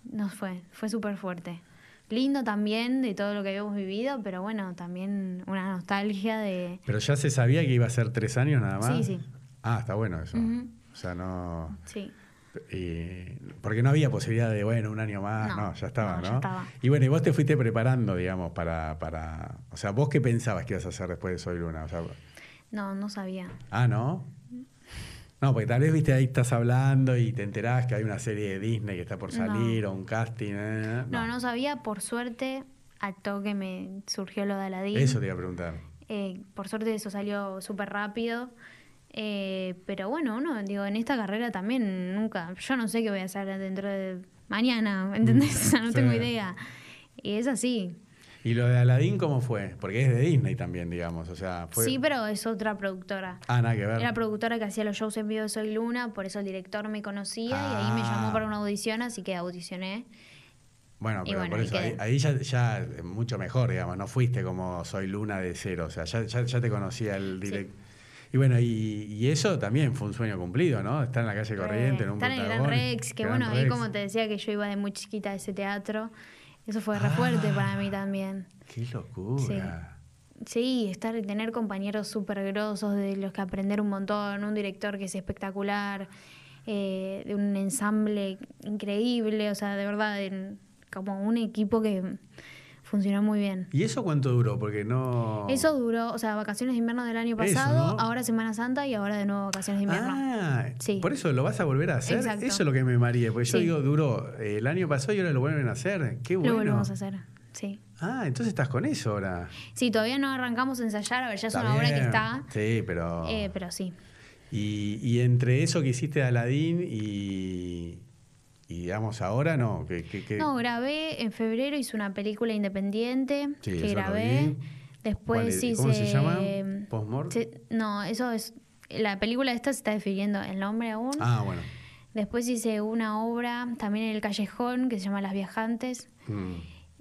[SPEAKER 2] nos fue, fue súper fuerte. Lindo también de todo lo que habíamos vivido, pero bueno, también una nostalgia de...
[SPEAKER 1] Pero ya se sabía que iba a ser tres años nada más.
[SPEAKER 2] Sí, sí.
[SPEAKER 1] Ah, está bueno eso.
[SPEAKER 2] Ujú.
[SPEAKER 1] O sea, no.
[SPEAKER 2] Sí.
[SPEAKER 1] y- porque no había posibilidad de, bueno, un año más. No,
[SPEAKER 2] No,
[SPEAKER 1] ya estaba, ¿no?
[SPEAKER 2] no, ya estaba.
[SPEAKER 1] Y bueno, y vos te fuiste preparando, digamos, para, para. O sea, ¿vos qué pensabas que ibas a hacer después de Soy Luna? O sea,
[SPEAKER 2] No, no sabía.
[SPEAKER 1] Ah, ¿no? No, porque tal vez, viste, ahí estás hablando y te enterás que hay una serie de Disney que está por salir o un casting. eh,
[SPEAKER 2] No, no sabía. Por suerte, al toque me surgió lo de Aladín.
[SPEAKER 1] Eso te iba a preguntar.
[SPEAKER 2] Eh, por suerte eso salió súper rápido. Eh, pero bueno, uno, digo, en esta carrera también nunca, yo no sé qué voy a hacer dentro de mañana, ¿entendés? [LAUGHS] O sea, no
[SPEAKER 1] Mm, sí.
[SPEAKER 2] tengo idea. Y es así.
[SPEAKER 1] ¿Y lo de Aladdin cómo fue? Porque es de Disney también, digamos. O sea, fue.
[SPEAKER 2] Sí, pero es otra productora.
[SPEAKER 1] Ah, nada que ver.
[SPEAKER 2] Era productora que hacía los shows en vivo de Soy Luna, por eso el director me conocía y ahí me
[SPEAKER 1] Ah.
[SPEAKER 2] llamó para una audición, así que audicioné.
[SPEAKER 1] Bueno,
[SPEAKER 2] Y
[SPEAKER 1] pero
[SPEAKER 2] bueno,
[SPEAKER 1] por
[SPEAKER 2] ahí
[SPEAKER 1] eso, ahí,
[SPEAKER 2] quedé.
[SPEAKER 1] ahí ya, ya mucho mejor, digamos, no fuiste como soy luna de cero, o sea, ya, ya, ya te conocía el directo. Y bueno, y, y eso también fue un sueño cumplido, ¿no? Estar en la calle corriente, en un
[SPEAKER 2] Estar en el Gran
[SPEAKER 1] Pentagón,
[SPEAKER 2] Rex, que
[SPEAKER 1] Gran
[SPEAKER 2] bueno, ahí
[SPEAKER 1] Rex.
[SPEAKER 2] como te decía que yo iba de muy chiquita a ese teatro, eso fue re
[SPEAKER 1] Ah.
[SPEAKER 2] fuerte para mí también.
[SPEAKER 1] Qué locura.
[SPEAKER 2] Sí, estar y tener compañeros súper grosos de los que aprender un montón, un director que es espectacular, eh, de un ensamble increíble, o sea, de verdad, en- como un equipo que funcionó muy bien.
[SPEAKER 1] ¿Y eso cuánto duró? Porque no.
[SPEAKER 2] Eso duró, o sea, vacaciones de invierno del año
[SPEAKER 1] Eso,
[SPEAKER 2] pasado,
[SPEAKER 1] ¿no?
[SPEAKER 2] ahora Semana Santa y ahora de nuevo vacaciones de invierno.
[SPEAKER 1] Ah,
[SPEAKER 2] Sí.
[SPEAKER 1] por eso lo vas a volver a hacer.
[SPEAKER 2] Exacto.
[SPEAKER 1] Eso es lo que me maría. Porque yo
[SPEAKER 2] Sí.
[SPEAKER 1] digo, duró eh, el año pasado y ahora lo vuelven a hacer. Qué bueno.
[SPEAKER 2] Lo volvemos a hacer, sí.
[SPEAKER 1] Ah, entonces estás con eso ahora.
[SPEAKER 2] Sí, todavía no arrancamos a ensayar, a ver, ya es
[SPEAKER 1] Está
[SPEAKER 2] una obra que
[SPEAKER 1] bien.
[SPEAKER 2] está,
[SPEAKER 1] Sí, pero.
[SPEAKER 2] eh, pero sí.
[SPEAKER 1] Y, y entre eso que hiciste de Aladín y. Y digamos, ahora no. Que, que- que-
[SPEAKER 2] No, grabé en febrero, hice una película independiente
[SPEAKER 1] Sí, eso
[SPEAKER 2] que
[SPEAKER 1] lo
[SPEAKER 2] grabé.
[SPEAKER 1] vi. ¿Cuál es?
[SPEAKER 2] Después hice. em,
[SPEAKER 1] ¿Cómo se llama? ¿Postmortem?
[SPEAKER 2] se- No, eso es. La película esta se está definiendo el nombre aún.
[SPEAKER 1] Ah, bueno.
[SPEAKER 2] Después hice una obra también en el callejón que se llama Las Viajantes.
[SPEAKER 1] Mm.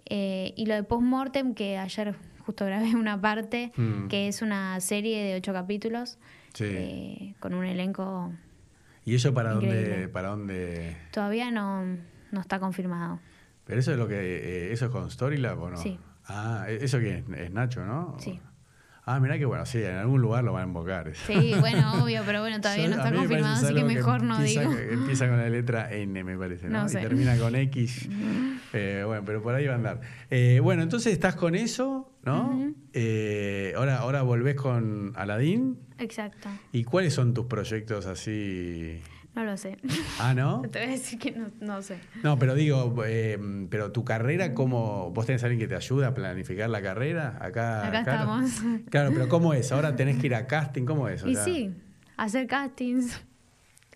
[SPEAKER 2] Eh, y lo de Postmortem, que ayer justo grabé [LAUGHS] una parte,
[SPEAKER 1] Mm.
[SPEAKER 2] que es una serie de ocho capítulos
[SPEAKER 1] Sí.
[SPEAKER 2] eh, con un elenco.
[SPEAKER 1] ¿Y eso para dónde,
[SPEAKER 2] Increíble.
[SPEAKER 1] para dónde?
[SPEAKER 2] Todavía no, no está confirmado.
[SPEAKER 1] Pero eso es lo que. eh, ¿Eso es con Storylab o no?
[SPEAKER 2] Sí.
[SPEAKER 1] Ah, ¿e- ¿eso que es? ¿Es Nacho, no?
[SPEAKER 2] Sí.
[SPEAKER 1] Ah, mirá que bueno, sí, en algún lugar lo van a invocar.
[SPEAKER 2] Sí,
[SPEAKER 1] [LAUGHS]
[SPEAKER 2] bueno, obvio, pero bueno, todavía
[SPEAKER 1] Yo-
[SPEAKER 2] no
[SPEAKER 1] a
[SPEAKER 2] está
[SPEAKER 1] mí me parece
[SPEAKER 2] confirmado, así que
[SPEAKER 1] algo
[SPEAKER 2] mejor no
[SPEAKER 1] empieza,
[SPEAKER 2] digo.
[SPEAKER 1] que Empieza con la letra N, me parece, ¿no?
[SPEAKER 2] No sé.
[SPEAKER 1] Y termina con
[SPEAKER 2] [LAUGHS]
[SPEAKER 1] X. Eh, bueno, pero por ahí va a andar. Eh, bueno, entonces estás con eso, ¿no? Eh, ahora, ahora volvés con Aladín.
[SPEAKER 2] Exacto,
[SPEAKER 1] ¿Y cuáles son tus proyectos así?
[SPEAKER 2] no lo sé.
[SPEAKER 1] Ah, ¿no?
[SPEAKER 2] Te voy a decir que no, no sé.
[SPEAKER 1] No, pero digo, eh, pero tu carrera, ¿cómo? ¿Vos tenés alguien que te ayuda a planificar la carrera? Acá,
[SPEAKER 2] Acá
[SPEAKER 1] claro.
[SPEAKER 2] estamos.
[SPEAKER 1] Claro, pero ¿cómo es?
[SPEAKER 2] [LAUGHS]
[SPEAKER 1] Ahora tenés que ir a casting, ¿cómo es? O
[SPEAKER 2] Y
[SPEAKER 1] sea,
[SPEAKER 2] sí, hacer castings.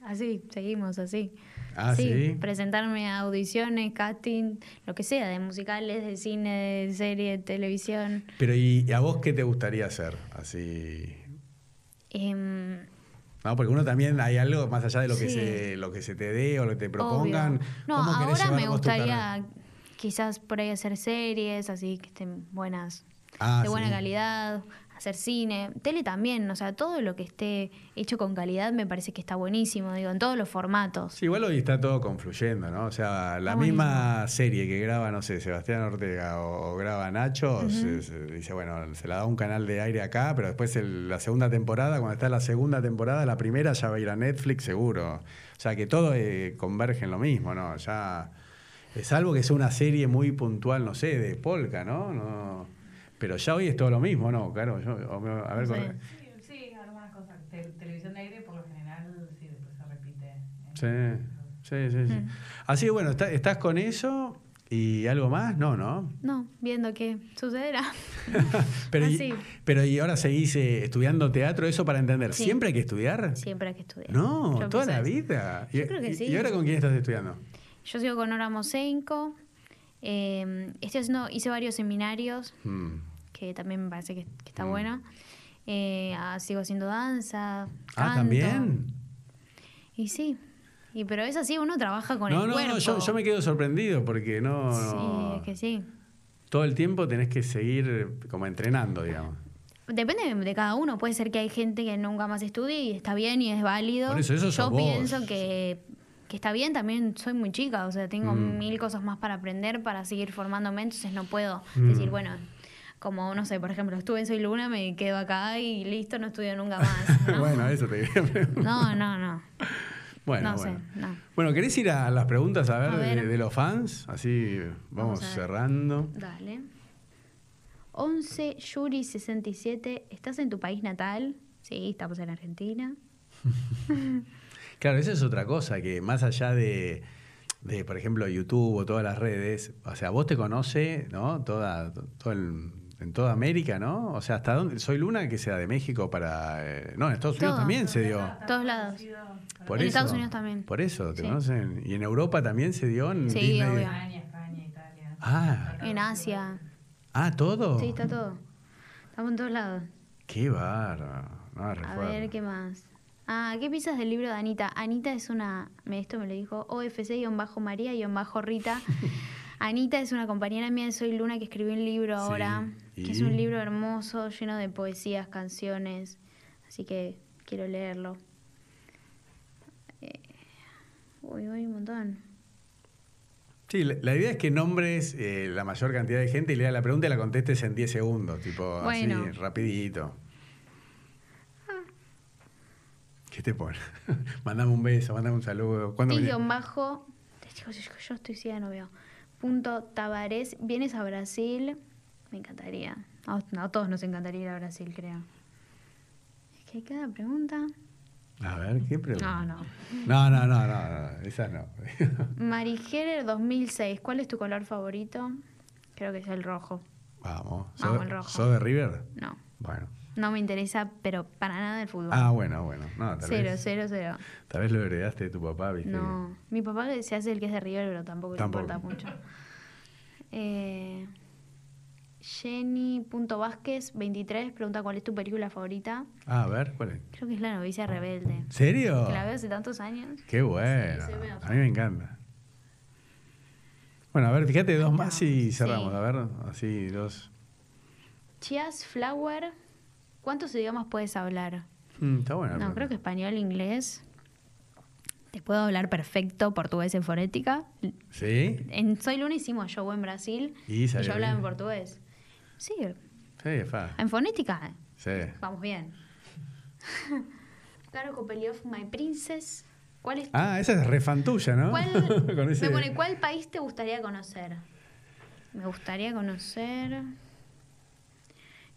[SPEAKER 2] Así, seguimos así.
[SPEAKER 1] Ah, sí.
[SPEAKER 2] Presentarme a audiciones, casting, lo que sea, de musicales, de cine, de serie, de televisión.
[SPEAKER 1] Pero ¿y a vos qué te gustaría hacer? Así.
[SPEAKER 2] Em,
[SPEAKER 1] No, porque uno también hay algo más allá de lo que
[SPEAKER 2] Sí.
[SPEAKER 1] se, lo que se te dé o lo que te propongan.
[SPEAKER 2] obvio. No,
[SPEAKER 1] ¿Cómo querés
[SPEAKER 2] ahora
[SPEAKER 1] llevar
[SPEAKER 2] me
[SPEAKER 1] vos tu carrera?
[SPEAKER 2] gustaría quizás por ahí hacer series, así que estén buenas
[SPEAKER 1] Ah,
[SPEAKER 2] de buena
[SPEAKER 1] sí.
[SPEAKER 2] calidad, hacer cine, tele también, o sea, todo lo que esté hecho con calidad me parece que está buenísimo, digo, en todos los formatos.
[SPEAKER 1] Sí, igual hoy está todo confluyendo, ¿no? O sea, la
[SPEAKER 2] Está
[SPEAKER 1] misma serie que graba, no sé, Sebastián Ortega o, o graba Nacho, se- se dice, bueno, se la da un canal de aire acá, pero después el- la segunda temporada, cuando está la segunda temporada, la primera ya va a ir a Netflix seguro. O sea, que todo eh, converge en lo mismo, ¿no? Ya, eh, salvo que sea una serie muy puntual, no sé, de Polka, ¿no? no pero ya hoy es todo lo mismo, ¿no? Claro, yo, o- a ver,
[SPEAKER 2] Sí.
[SPEAKER 1] con-
[SPEAKER 3] Sí, sí, algunas cosas. Te- televisión de aire, por lo general, sí, después se repite. ¿eh?
[SPEAKER 1] Sí, sí, sí.
[SPEAKER 2] Mm.
[SPEAKER 1] sí. Así que bueno, está- estás con eso y algo más, no, ¿no? [LAUGHS]
[SPEAKER 2] No, viendo qué sucederá. [LAUGHS]
[SPEAKER 1] pero, y,
[SPEAKER 2] Así.
[SPEAKER 1] pero y ahora seguís eh, estudiando teatro, eso para entender,
[SPEAKER 2] Sí.
[SPEAKER 1] ¿siempre hay que estudiar?
[SPEAKER 2] Siempre hay que estudiar.
[SPEAKER 1] No,
[SPEAKER 2] Yo
[SPEAKER 1] toda
[SPEAKER 2] pienso
[SPEAKER 1] la
[SPEAKER 2] eso.
[SPEAKER 1] vida.
[SPEAKER 2] Yo
[SPEAKER 1] y,
[SPEAKER 2] creo que
[SPEAKER 1] y-
[SPEAKER 2] sí.
[SPEAKER 1] ¿Y ahora con quién estás estudiando?
[SPEAKER 2] Yo sigo con Nora Mosenko. eh, estoy haciendo, hice varios seminarios
[SPEAKER 1] Mm.
[SPEAKER 2] que también me parece que, que está
[SPEAKER 1] Mm.
[SPEAKER 2] bueno. Eh, ah, sigo haciendo danza.
[SPEAKER 1] Ah,
[SPEAKER 2] canto.
[SPEAKER 1] también.
[SPEAKER 2] Y sí. Y, pero es así, uno trabaja con
[SPEAKER 1] no,
[SPEAKER 2] el
[SPEAKER 1] no,
[SPEAKER 2] cuerpo.
[SPEAKER 1] no, yo, yo me quedo sorprendido porque no,
[SPEAKER 2] Sí,
[SPEAKER 1] no-
[SPEAKER 2] es que sí.
[SPEAKER 1] todo el tiempo tenés que seguir como entrenando, digamos.
[SPEAKER 2] Depende de cada uno. Puede ser que hay gente que nunca más estudie y está bien y es válido.
[SPEAKER 1] Por eso, eso sos
[SPEAKER 2] Yo
[SPEAKER 1] vos.
[SPEAKER 2] pienso que, que está bien. También soy muy chica, o sea, tengo
[SPEAKER 1] Mm.
[SPEAKER 2] mil cosas más para aprender, para seguir formándome. Entonces no puedo
[SPEAKER 1] Mm.
[SPEAKER 2] decir, bueno, como no sé, por ejemplo, estuve en Soy Luna, me quedo acá y listo, no estudio
[SPEAKER 1] [LAUGHS]
[SPEAKER 2] nunca más. ¿no?
[SPEAKER 1] bueno, eso te quería preguntar.
[SPEAKER 2] No, no, no.
[SPEAKER 1] Bueno,
[SPEAKER 2] no
[SPEAKER 1] bueno.
[SPEAKER 2] sé, no.
[SPEAKER 1] Bueno, ¿querés ir a las preguntas a ver,
[SPEAKER 2] A
[SPEAKER 1] de-
[SPEAKER 2] ver.
[SPEAKER 1] De, los fans? Así vamos,
[SPEAKER 2] Vamos a ver.
[SPEAKER 1] cerrando.
[SPEAKER 2] Dale. 11 Yuri 67, ¿estás en tu país natal? Sí, estamos en Argentina.
[SPEAKER 1] Claro, esa es otra cosa, que más allá de, de, por ejemplo, YouTube o todas las redes, o sea, vos te conoce, ¿no? Toda, todo el- en toda América, ¿no? O sea, ¿hasta dónde? Soy Luna, que sea de México para... eh, no, en Estados Unidos
[SPEAKER 2] Todo.
[SPEAKER 1] también se dio.
[SPEAKER 2] Todos lados.
[SPEAKER 1] Por
[SPEAKER 2] En
[SPEAKER 1] eso,
[SPEAKER 2] Estados Unidos también.
[SPEAKER 1] Por eso, te
[SPEAKER 2] Sí.
[SPEAKER 1] conocen. Y en Europa también se dio en
[SPEAKER 2] Sí,
[SPEAKER 1] Disney.
[SPEAKER 2] obvio.
[SPEAKER 3] España, España, Italia.
[SPEAKER 1] Ah,
[SPEAKER 2] En Asia.
[SPEAKER 1] ah, ¿todo?
[SPEAKER 2] Sí, está todo. Estamos en todos lados.
[SPEAKER 1] Qué bárbaro. No,
[SPEAKER 2] A
[SPEAKER 1] recuerdo.
[SPEAKER 2] ver, ¿qué más? Ah, ¿qué piensas del libro de Anita? Anita es una, me- esto me lo dijo,
[SPEAKER 1] [LAUGHS]
[SPEAKER 2] OFC-María-Rita. Anita es una compañera mía de Soy Luna que escribió un libro
[SPEAKER 1] Sí,
[SPEAKER 2] ahora, que es
[SPEAKER 1] ¿y?
[SPEAKER 2] un libro hermoso, lleno de poesías, canciones, así que quiero leerlo. Eh, uy, uy, un montón.
[SPEAKER 1] Sí, la, la idea es que nombres eh, la mayor cantidad de gente y le hagas la pregunta y la contestes en 10 segundos, tipo
[SPEAKER 2] Bueno.
[SPEAKER 1] así, rapidito. ¿Qué te pones? [LAUGHS] mandame un beso, mandame un saludo. ¿Cuándo venís?
[SPEAKER 2] Guión bajo. Chicos, yo, yo estoy ciega, no veo. Punto Tabarés. ¿Vienes a Brasil? Me encantaría. A, vos- a todos nos encantaría ir a Brasil, creo. Es que cada pregunta.
[SPEAKER 1] A ver, ¿qué pregunta?
[SPEAKER 2] No, no.
[SPEAKER 1] No, no, no, no, no, esas no. [LAUGHS]
[SPEAKER 2] Marijerer 2006. ¿Cuál es tu color favorito? Creo que es el rojo.
[SPEAKER 1] Vamos.
[SPEAKER 2] Vamos,
[SPEAKER 1] ¿Sos,
[SPEAKER 2] el rojo.
[SPEAKER 1] sos de River?
[SPEAKER 2] No.
[SPEAKER 1] Bueno.
[SPEAKER 2] No me interesa, pero para nada el fútbol.
[SPEAKER 1] Ah, bueno, bueno. No, tal,
[SPEAKER 2] cero,
[SPEAKER 1] vez,
[SPEAKER 2] cero, cero.
[SPEAKER 1] tal vez lo heredaste de tu papá, ¿viste?
[SPEAKER 2] No. Mi papá se hace el que es de River, pero tampoco,
[SPEAKER 1] Tampoco.
[SPEAKER 2] le importa mucho. Eh, Jenny.vázquez23 pregunta cuál es tu película favorita.
[SPEAKER 1] Ah, a ver, ¿cuál es?
[SPEAKER 2] Creo que es La
[SPEAKER 1] Ah.
[SPEAKER 2] novicia rebelde.
[SPEAKER 1] ¿Serio?
[SPEAKER 2] Que la veo hace tantos años.
[SPEAKER 1] Qué bueno.
[SPEAKER 2] Sí, se ve.
[SPEAKER 1] a mí me encanta. Bueno, a ver, fíjate dos más y
[SPEAKER 2] Sí.
[SPEAKER 1] cerramos. A ver, así dos.
[SPEAKER 2] Chias Flower. ¿Cuántos idiomas puedes hablar?
[SPEAKER 1] Mm, está bueno.
[SPEAKER 2] No, creo que español, inglés. Te puedo hablar perfecto portugués en fonética.
[SPEAKER 1] ¿Sí?
[SPEAKER 2] En Soy Luna hicimos show en Brasil
[SPEAKER 1] Y
[SPEAKER 2] y,
[SPEAKER 1] salió
[SPEAKER 2] yo hablaba
[SPEAKER 1] bien.
[SPEAKER 2] en portugués. Sí,
[SPEAKER 1] Sí, fa.
[SPEAKER 2] en fonética.
[SPEAKER 1] Sí.
[SPEAKER 2] Vamos bien. Claro, Copeliov, My Princess. ¿Cuál es tu-
[SPEAKER 1] Ah, esa es refantuya, ¿no?
[SPEAKER 2] cuál-
[SPEAKER 1] [LAUGHS] Con ese-
[SPEAKER 2] me pone, ¿cuál país te gustaría conocer? Me gustaría conocer.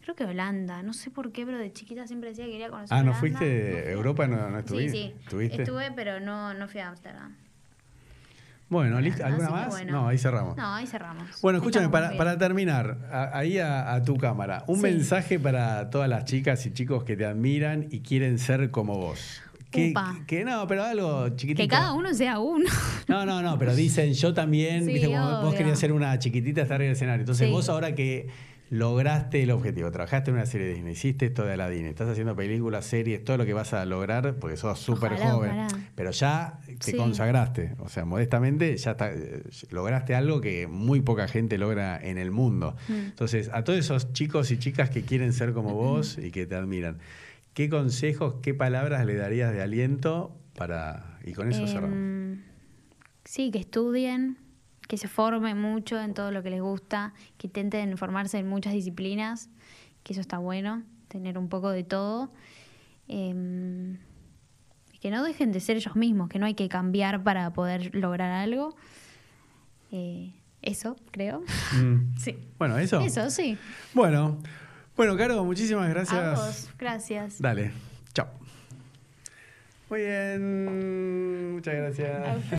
[SPEAKER 2] Creo que Holanda. No sé por qué, pero de chiquita siempre decía que quería conocer
[SPEAKER 1] Ah, ¿no
[SPEAKER 2] Holanda. No
[SPEAKER 1] fuiste
[SPEAKER 2] fui.
[SPEAKER 1] a Europa? ¿No, no
[SPEAKER 2] Sí,
[SPEAKER 1] estuviste?
[SPEAKER 2] sí.
[SPEAKER 1] ¿Estuviste?
[SPEAKER 2] Estuve, pero no, no fui a Ámsterdam.
[SPEAKER 1] Bueno, listo.
[SPEAKER 2] Así
[SPEAKER 1] ¿Alguna
[SPEAKER 2] que
[SPEAKER 1] más?
[SPEAKER 2] bueno.
[SPEAKER 1] No, ahí cerramos.
[SPEAKER 2] No, ahí cerramos.
[SPEAKER 1] Bueno, escúchame,
[SPEAKER 2] Estamos
[SPEAKER 1] para,
[SPEAKER 2] bien.
[SPEAKER 1] para terminar, a- ahí a, a tu cámara, un
[SPEAKER 2] Sí.
[SPEAKER 1] mensaje para todas las chicas y chicos que te admiran y quieren ser como vos. Que,
[SPEAKER 2] Upa.
[SPEAKER 1] que no, pero algo chiquitito.
[SPEAKER 2] Que cada uno sea uno.
[SPEAKER 1] No, no, no, pero dicen yo también,
[SPEAKER 2] Sí,
[SPEAKER 1] viste, como vos
[SPEAKER 2] obvio.
[SPEAKER 1] querías ser una chiquitita hasta arriba del escenario. Entonces
[SPEAKER 2] Sí.
[SPEAKER 1] vos ahora que lograste el objetivo, trabajaste en una serie de Disney, hiciste esto de Aladdin, estás haciendo películas, series, todo lo que vas a lograr, porque sos súper
[SPEAKER 2] Ojalá,
[SPEAKER 1] joven,
[SPEAKER 2] ojalá.
[SPEAKER 1] pero ya te
[SPEAKER 2] Sí.
[SPEAKER 1] consagraste, o sea, modestamente ya está- eh, lograste algo que muy poca gente logra en el mundo.
[SPEAKER 2] Mm.
[SPEAKER 1] Entonces, a todos esos chicos y chicas que quieren ser como vos y que te admiran, ¿qué consejos, qué palabras le darías de aliento para... Y con eso cerramos.
[SPEAKER 2] Em, sí, que estudien, que se formen mucho en todo lo que les gusta, que intenten formarse en muchas disciplinas, que eso está bueno, tener un poco de todo. Em, y que no dejen de ser ellos mismos, que no hay que cambiar para poder lograr algo. Eh, eso, creo.
[SPEAKER 1] Mm.
[SPEAKER 2] Sí.
[SPEAKER 1] Bueno, eso.
[SPEAKER 2] Eso, sí.
[SPEAKER 1] Bueno, bueno, Caro, muchísimas
[SPEAKER 2] A
[SPEAKER 1] gracias.
[SPEAKER 2] vos, gracias.
[SPEAKER 1] Dale, chao. Muy bien, muchas gracias.